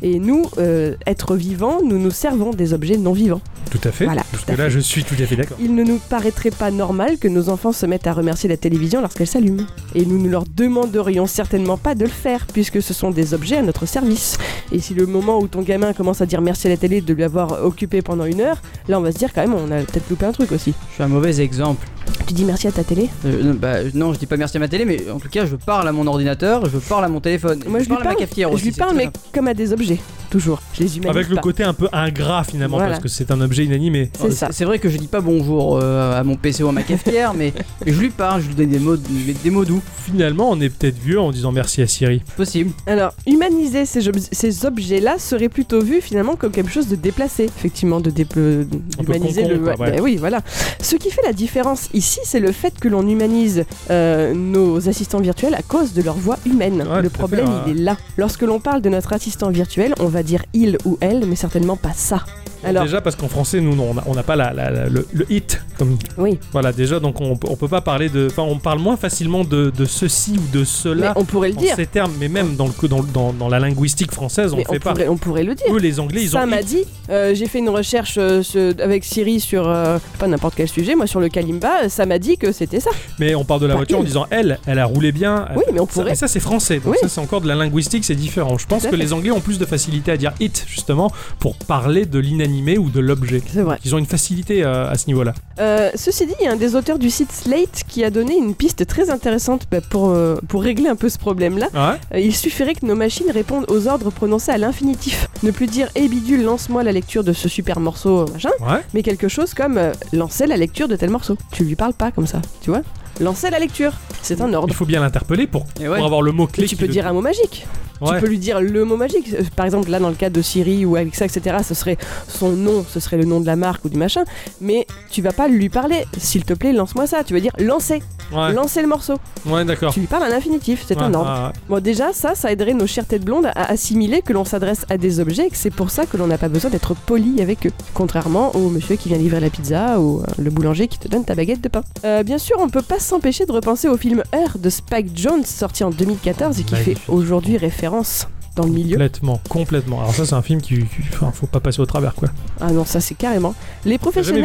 Et nous, euh, êtres vivants, nous nous servons des objets non vivants. Tout à fait. Voilà, Parce tout à que là, je suis tout à fait d'accord. Il ne nous paraîtrait pas normal que nos enfants se mettent à remercier la télévision lorsqu'elle s'allume. Et nous ne leur demanderions certainement pas de le faire, puisque ce sont des objets à notre service. Et si le moment où ton gamin commence à dire merci à la télé de lui avoir occupé pendant une heure, là on va se dire quand même on a peut-être loupé un truc aussi. Je suis un mauvais exemple. Tu dis merci à ta télé Euh, non, bah, non, je dis pas merci à ma télé, mais en tout cas, je parle à mon ordinateur, je parle à mon téléphone. Moi, je lui parle à ma parle- cafetière aussi. Je lui c'est parle très mais comme à des objets, toujours. Je les humanise Avec le pas. côté un peu ingrat finalement, Voilà. parce que c'est un objet inanimé. C'est ça. Euh, C'est vrai que je dis pas bonjour euh, à mon PC ou à ma cafetière, mais, mais je lui parle, je lui donne des mots, des des mots doux, Finalement, on est peut-être vieux en disant merci à Siri. possible. Alors, humaniser ces, ob- ces objets-là serait plutôt vu finalement comme quelque chose de déplacé, effectivement, de dépl- d'humaniser concon, le. quoi, ouais. Bah oui, voilà. Ce qui fait la différence ici, c'est le fait que l'on humanise euh, nos assistants virtuels à cause de leur voix humaine. Ouais, tout le à fait, problème, ouais. il est là. Lorsque l'on parle de notre assistant virtuel, on va dire il ou elle, mais certainement pas ça. Alors, Déjà parce qu'en français, nous, non, on a- on n'a pas la- la- la- le, le hit comme oui, Voilà, déjà, donc on, on peut pas parler de. Enfin, on parle moins facilement de, de ceci ou de cela mais on pourrait le en dire. ces termes, mais même dans, le, co- dans, dans, dans la linguistique française, on Mais le fait pas. pourrait, on pourrait le dire. Eux, les Anglais, ils ça ont. m'a dit, euh, j'ai fait une recherche euh, ce- avec Siri sur euh, pas n'importe quel sujet, moi sur le Kalimba, ça m'a dit que c'était ça. Mais on parle de la Pas voiture en ils. disant elle, elle a roulé bien. elle- Oui, mais on Ah, Ça, pourrait. mais ça, c'est français, donc Oui. ça c'est encore de la linguistique, c'est différent. Je pense Tout à que fait. les Anglais ont plus de facilité à dire it justement pour parler de l'animé ou de l'objet. C'est vrai. Ils ont une facilité euh, à ce niveau-là. Euh, ceci dit, il y a un des auteurs du site Slate qui a donné une piste très intéressante bah, pour, euh, pour régler un peu ce problème-là. Ah ouais Euh, il suffirait que nos machines répondent aux ordres prononcés à l'infinitif. Ne plus dire Eh bidule, lance-moi la lecture de ce super morceau, euh, machin, Ouais. mais quelque chose comme euh, Lancez la lecture de tel morceau. Tu lui parles pas comme ça, tu vois Lancez la lecture, c'est un Il ordre. faut bien l'interpeller pour, Et ouais. pour avoir le mot-clé. Et tu qui peux le- dire un mot magique. Ouais. Tu peux lui dire le mot magique. Euh, Par exemple, là, dans le cas de Siri ou Alexa, etc., ce serait son nom, ce serait le nom de la marque ou du machin. Mais tu vas pas lui parler. S'il te plaît, lance-moi ça. Tu vas dire lancer, Ouais, lancer le morceau. ouais d'accord. Tu hein. lui parles à l'infinitif, c'est un Ouais, Ah, ordre. ouais, Bon, déjà, ça, ça aiderait nos chères têtes blondes à assimiler que l'on s'adresse à des objets et que c'est pour ça que l'on n'a pas besoin d'être poli avec eux. Contrairement au monsieur qui vient livrer la pizza ou euh, le boulanger qui te donne ta baguette de pain. Euh, bien sûr, on peut pas s'empêcher de repenser au film Her de Spike Jones sorti en 2014 et qui fait Magnifique. aujourd'hui référence dans le ah, milieu. Complètement, complètement. Alors ça, c'est un film qui, qui- enfin, faut pas passer au travers, quoi. Ah non, ça c'est carrément. T'as jamais vu Les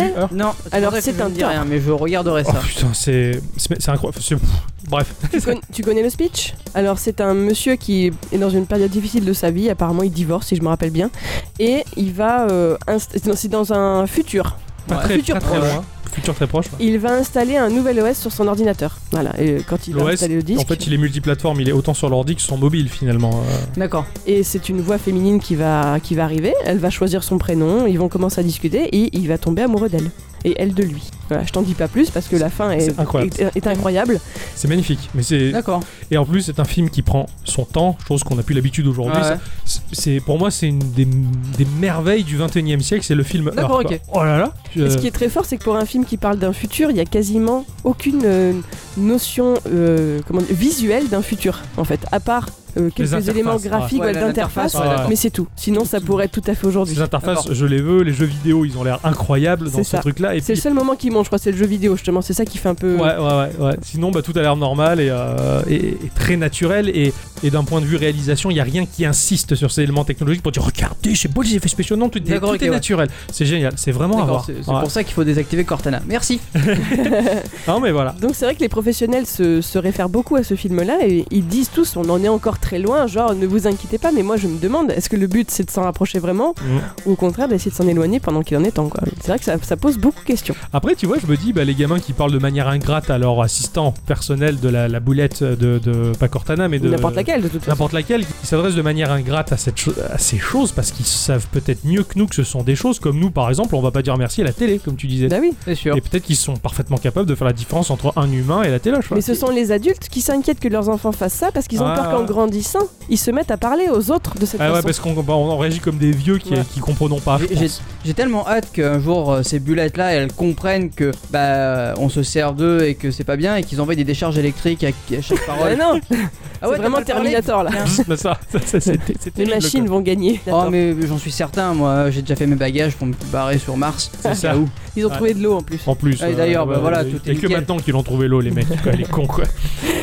professionnels. Heure Non, Alors, pour ça que c'est je un ne dis rien, tort. mais je regarderai Oh ça. putain, c'est c'est c'est incroyable. C'est- pff, Bref, Tu, con- tu connais le speech Alors c'est un monsieur qui est dans une période difficile de sa vie, apparemment il divorce si je me rappelle bien, et il va... euh, inst- c'est dans- c'est dans un futur. pas Ouais. très, Futur pas très proche. loin. Futur très proche. ouais. Il va installer un nouvel OS sur son ordinateur. Voilà, et euh, quand il va L'OS, installer le disque. En fait, il est multiplateforme, il est autant sur l'ordi que sur mobile finalement. euh. D'accord. Et c'est une voix féminine qui va, qui va arriver, elle va choisir son prénom, ils vont commencer à discuter et il va tomber amoureux d'elle. Et elle de lui. Voilà, je t'en dis pas plus parce que la fin est, C'est incroyable. est- est incroyable. C'est magnifique. Mais c'est D'accord. et en plus, c'est un film qui prend son temps, chose qu'on n'a plus l'habitude aujourd'hui. Ouais. Ça- c'est- C'est pour moi, c'est une des, des merveilles du 21e siècle. C'est le film. Heure, D'accord, quoi. ok. Oh là là. Et ce qui est très fort, c'est que pour un film qui parle d'un futur, il y a quasiment aucune euh, notion euh, comment dire, visuelle d'un futur, en fait, à part euh, quelques interfaces, éléments ouais. graphiques Ouais, ou la- d'interface. l'interface, ouais, d'accord. Mais c'est tout. Sinon, ça pourrait être tout à fait aujourd'hui. Ces interfaces, je les veux. Les jeux vidéo, ils ont l'air incroyables dans C'est ce ça. truc-là. Et C'est le puis, seul moment qui manque, je crois, c'est le jeu vidéo justement. C'est ça qui fait un peu. Ouais, ouais, ouais, ouais. Sinon, bah, tout a l'air normal et, euh, et- et très naturel. Et, et d'un point de vue réalisation, il n'y a rien qui insiste sur ces éléments technologiques pour dire regardez, c'est beau les effets spéciaux. Non, tout, est- D'accord, tout ok, est ouais. naturel. C'est génial. C'est vraiment à D'accord, voir. c'est c'est Ouais. pour ça qu'il faut désactiver Cortana. Merci. Non, mais voilà. Donc c'est vrai que les professionnels se, se réfèrent beaucoup à ce film-là et ils disent tous on en est encore très loin, genre ne vous inquiétez pas, mais moi je me demande est-ce que le but c'est de s'en rapprocher vraiment Mm. ou au contraire d'essayer de s'en éloigner pendant qu'il en est temps quoi. C'est vrai que ça, ça pose beaucoup de questions. Après, tu vois, je me dis, bah, les gamins qui parlent de manière ingrate à leur assistant personnel de la, la boulette de, de- pas Cortana, mais de N'importe laquelle de toute façon. n'importe laquelle, ils s'adressent de manière ingrate à, cette cho- à ces choses parce qu'ils savent peut-être mieux que nous que ce sont des choses comme nous, par exemple, on va pas dire merci à la télé, comme tu disais. Bah oui, C'est sûr. Et peut-être qu'ils sont parfaitement capables de faire la différence entre un humain et la téloche. quoi. mais ce sont les adultes qui s'inquiètent que leurs enfants fassent ça parce qu'ils ont Ah. peur qu'en grandissant, ils se mettent à parler aux autres de cette Ah ouais, façon. parce qu'on bah, on en réagit comme des vieux qui, Ouais. qui comprenons pas. je J'ai- j'ai- pense. J'ai tellement hâte qu'un jour euh, ces bullettes là elles comprennent que bah on se sert d'eux et que c'est pas bien et qu'ils envoient des décharges électriques à, à chaque Ouais, parole. non, Ah ouais, c'est t'as vraiment mal parlé Terminator là. Bah, ça, ça, ça, c'est- c'est Les terrible, machines quoi. vont gagner. Oh mais j'en suis certain moi, j'ai déjà fait mes bagages pour me barrer sur Mars. C'est ça. Au cas où. Ils ont Ouais. trouvé de l'eau en plus. En plus, Ah, et d'ailleurs, bah, voilà, tout Il est y a que nickel. maintenant qu'ils l'ont trouvé l'eau, les mecs. quoi, les cons, quoi.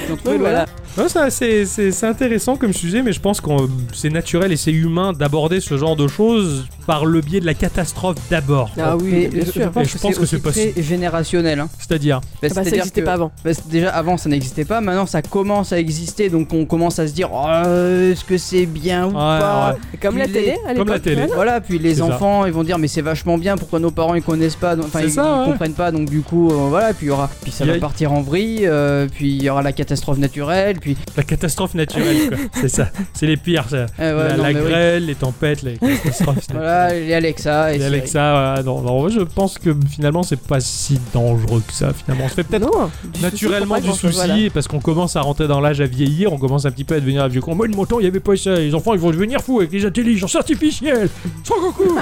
Ils ont trouvé Donc, le- voilà. Non, ça, c'est- c'est c'est intéressant comme sujet, mais je pense que c'est naturel et c'est humain d'aborder ce genre de choses par le biais de la catastrophe d'abord. Ah Mais oui, bien je- sûr. Et je Je pense que c'est aussi possible. très générationnel. hein. C'est-à-dire, Bah, Ah bah, ça c'est-à-dire n'existait que- pas avant. Bah, c'est- déjà avant ça n'existait pas, maintenant ça commence à exister donc on commence à se dire Oh, est-ce que c'est bien ou Ouais, pas ouais. Comme la Les- télé à comme la l'époque, télé. voilà. Voilà, puis C'est les ça. enfants ils vont dire mais c'est vachement bien, pourquoi nos parents ils connaissent pas, donc- enfin C'est ils, ça, ils ouais. comprennent pas donc du coup euh, voilà, puis il y aura, puis ça Il y va a- partir en vrille, euh, puis il y aura la catastrophe naturelle, puis la catastrophe naturelle, quoi. c'est ça. C'est les pires, ça. euh, voilà, la non, la mais oui. grêle, les tempêtes, les catastrophes voilà, les Alexa et Et Siri. Alexa, voilà, non, non, je pense que finalement c'est pas si dangereux que ça. Finalement, on se fait peut-être Non, du naturellement souci du pour pas souci grand-chose, voilà. parce qu'on commence à rentrer dans l'âge à vieillir, on commence un petit peu à devenir un vieux con. Moi, de mon temps, il n'y avait pas ça. Les enfants, ils vont devenir fous avec les intelligences artificielles. Sans coucou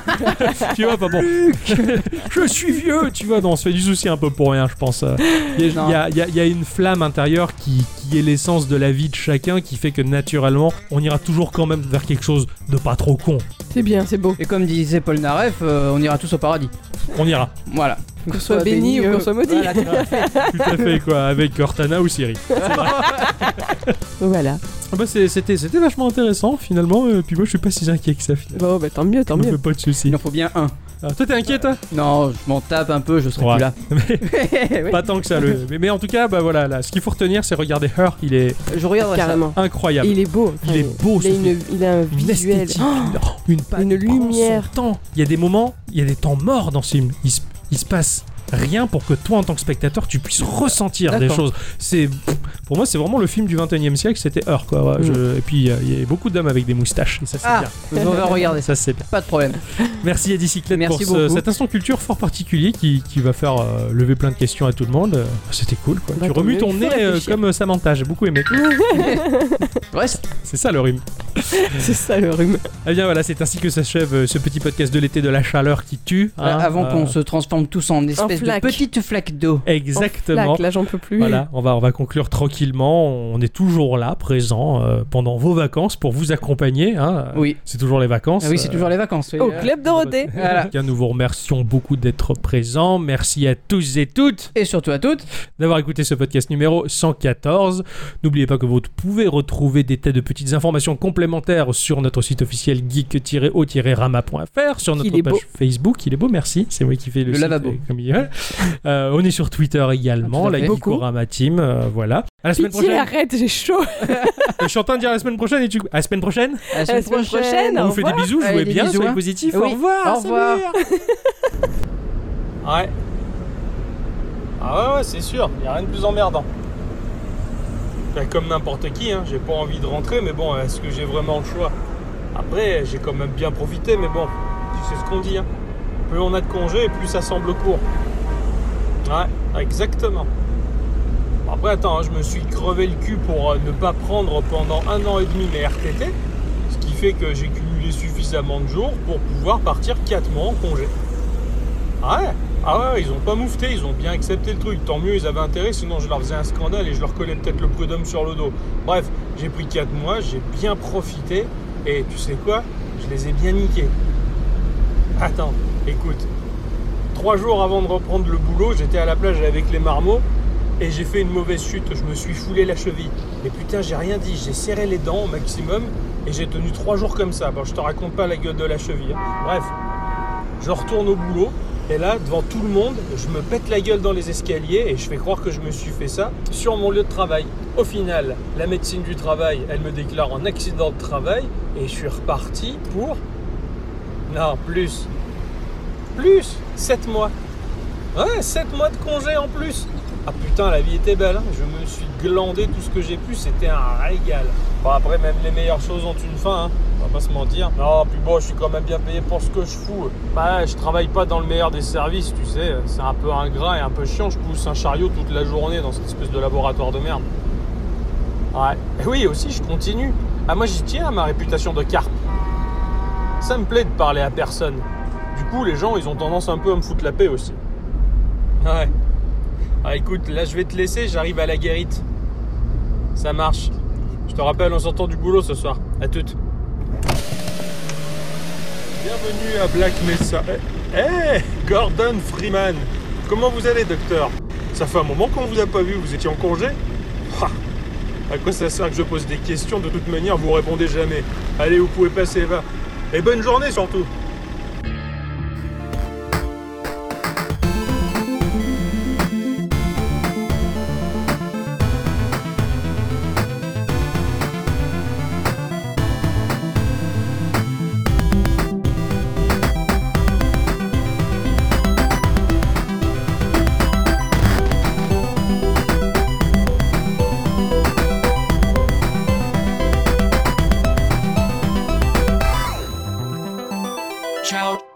Tu vois, pas bon. je suis vieux, tu vois. Non, on se fait du souci un peu pour rien, je pense. euh. Il y, a- Non. il y a- il y a- il y a une flamme intérieure qui, qui est l'essence de la vie de chacun qui fait que naturellement, on ira toujours quand même vers quelque chose de pas trop con. C'est bien, c'est beau. Et comme disait Paul Naref, euh, on ira tous au paradis. On ira. Voilà. Qu'on soit béni ou euh, qu'on soit maudit. voilà, tout à fait. Tout à fait, quoi. Avec Cortana ou Siri. Voilà. Ah bah, c'est- c'était c'était euh, vachement intéressant finalement. Et puis moi, je suis pas si inquiet que ça. Finalement. Bon, bah tant mieux, tant Je me mieux. fais pas de soucis. Il en faut bien un. Alors, Ah, toi, t'es inquiet, toi Non, je m'en tape un peu, je serai Ouais. plus là. Oui. Pas tant que ça. Le... Mais, mais en tout cas, bah voilà, là, ce qu'il faut retenir, c'est regarder Her. Il est Je regarderai ça. Carrément. incroyable. Il est beau. Il est beau, ce Il a, une- il a un Une visuel. esthétique, Oh, une, oh, une patte une prend son lumière. temps. Il y a des moments, il y a des temps morts dans ce film. Il se, il se passe rien pour que toi, en tant que spectateur, tu puisses ressentir des D'accord. choses. C'est pff, pour moi, c'est vraiment le film du 21e siècle. C'était Heur, quoi. Ouais, je- et puis euh, il y a beaucoup d'hommes avec des moustaches. Et ça, c'est Ah, bien. je vais regarder ça. Ça, c'est bien. Pas de problème. Merci à Dicyclette Merci pour ce- beaucoup. cet instant culture fort particulier qui, qui va faire euh, lever plein de questions à tout le monde. Euh, C'était cool, quoi. Bah, tu tant remues mieux, ton faut nez euh, réfléchir. comme Samantha. J'ai beaucoup aimé. Ouais, ça- c'est ça le rime. c'est ça le rhume. Eh bien voilà, c'est ainsi que s'achève euh, ce petit podcast de l'été de la chaleur qui tue. Ah, hein. Euh, avant Euh, qu'on se transforme tous en espèce de flaque. petite flaque d'eau. Exactement. Oh, Flac, là, j'en peux plus. Voilà, on va, on va conclure tranquillement. On est toujours là, présent, euh, pendant vos vacances pour vous accompagner. hein. Oui. Euh, C'est toujours les vacances. Ah oui, c'est euh, toujours les vacances. oui. Au Club Dorothée. En tout cas, Nous vous remercions beaucoup d'être présents. Merci à tous et toutes Et surtout à toutes. d'avoir écouté ce podcast numéro 114. N'oubliez pas que vous pouvez retrouver des tas de petites informations complémentaires sur notre site officiel geek-o-rama.fr, sur notre Il est page beau. Facebook. Il est beau, merci. C'est moi qui fais le, Le site, lavabo. euh, comme il- Euh, on est sur Twitter Ah, également, tout à fait. la Geekorama Team. euh, voilà. À la semaine Pitié, prochaine. arrête, j'ai chaud. Je suis en train de dire à la semaine prochaine et tu. À la semaine prochaine. À la À la semaine prochaine. on au vous fait des revoir. bisous, Allez, jouez des bien, bisous, soyez hein. positif. Oui, Au revoir. au revoir. ouais. Ah ouais, ouais c'est sûr. Y a rien de plus emmerdant. Bah, comme n'importe qui, hein, j'ai pas envie de rentrer, mais bon, est-ce que j'ai vraiment le choix Après, j'ai quand même bien profité, mais bon, tu sais ce qu'on dit. Hein. Plus on a de congés, plus ça semble court. Ouais, exactement. Après, attends, hein, je me suis crevé le cul pour euh, ne pas prendre pendant un an et demi mes RTT, ce qui fait que j'ai cumulé suffisamment de jours pour pouvoir partir 4 mois en congé. Ah ouais Ah ouais, ils ont pas moufté, ils ont bien accepté le truc. Tant mieux, ils avaient intérêt, sinon je leur faisais un scandale et je leur collais peut-être le prud'homme sur le dos. Bref, j'ai pris 4 mois, j'ai bien profité et tu sais quoi Je les ai bien niqués. Attends, écoute. Trois jours avant de reprendre le boulot, j'étais à la plage avec les marmots et j'ai fait une mauvaise chute. Je me suis foulé la cheville. Mais putain, j'ai rien dit. J'ai serré les dents au maximum et j'ai tenu trois jours comme ça. Bon, je te raconte pas la gueule de la cheville. hein. Bref, je retourne au boulot et là, devant tout le monde, je me pète la gueule dans les escaliers et je fais croire que je me suis fait ça sur mon lieu de travail. Au final, la médecine du travail, elle me déclare en accident de travail et je suis reparti pour. Non, plus. Plus 7 mois. Ouais, 7 mois de congé en plus. Ah putain, la vie était belle. hein. Je me suis glandé tout ce que j'ai pu. C'était un régal. Bon, après, même les meilleures choses ont une fin. hein. On va pas se mentir. Non, puis bon, je suis quand même bien payé pour ce que je fous. Bah, je travaille pas dans le meilleur des services, tu sais. C'est un peu ingrat et un peu chiant. Je pousse un chariot toute la journée dans cette espèce de laboratoire de merde. Ouais. Et oui, aussi, je continue. Ah, moi, j'y tiens à ma réputation de carpe. Ça me plaît de parler à personne. Du coup, les gens, ils ont tendance un peu à me foutre la paix aussi. Ouais. Ah, écoute, là, je vais te laisser. J'arrive à la guérite. Ça marche. Je te rappelle, on s'entend du boulot ce soir. À toute. Bienvenue à Black Mesa. Eh, eh, Gordon Freeman. Comment vous allez, docteur Ça fait un moment qu'on vous a pas vu. Vous étiez en congé Ah, À quoi ça sert que je pose des questions De toute manière, vous répondez jamais. Allez, vous pouvez passer, va. Et bonne journée surtout. Ciao.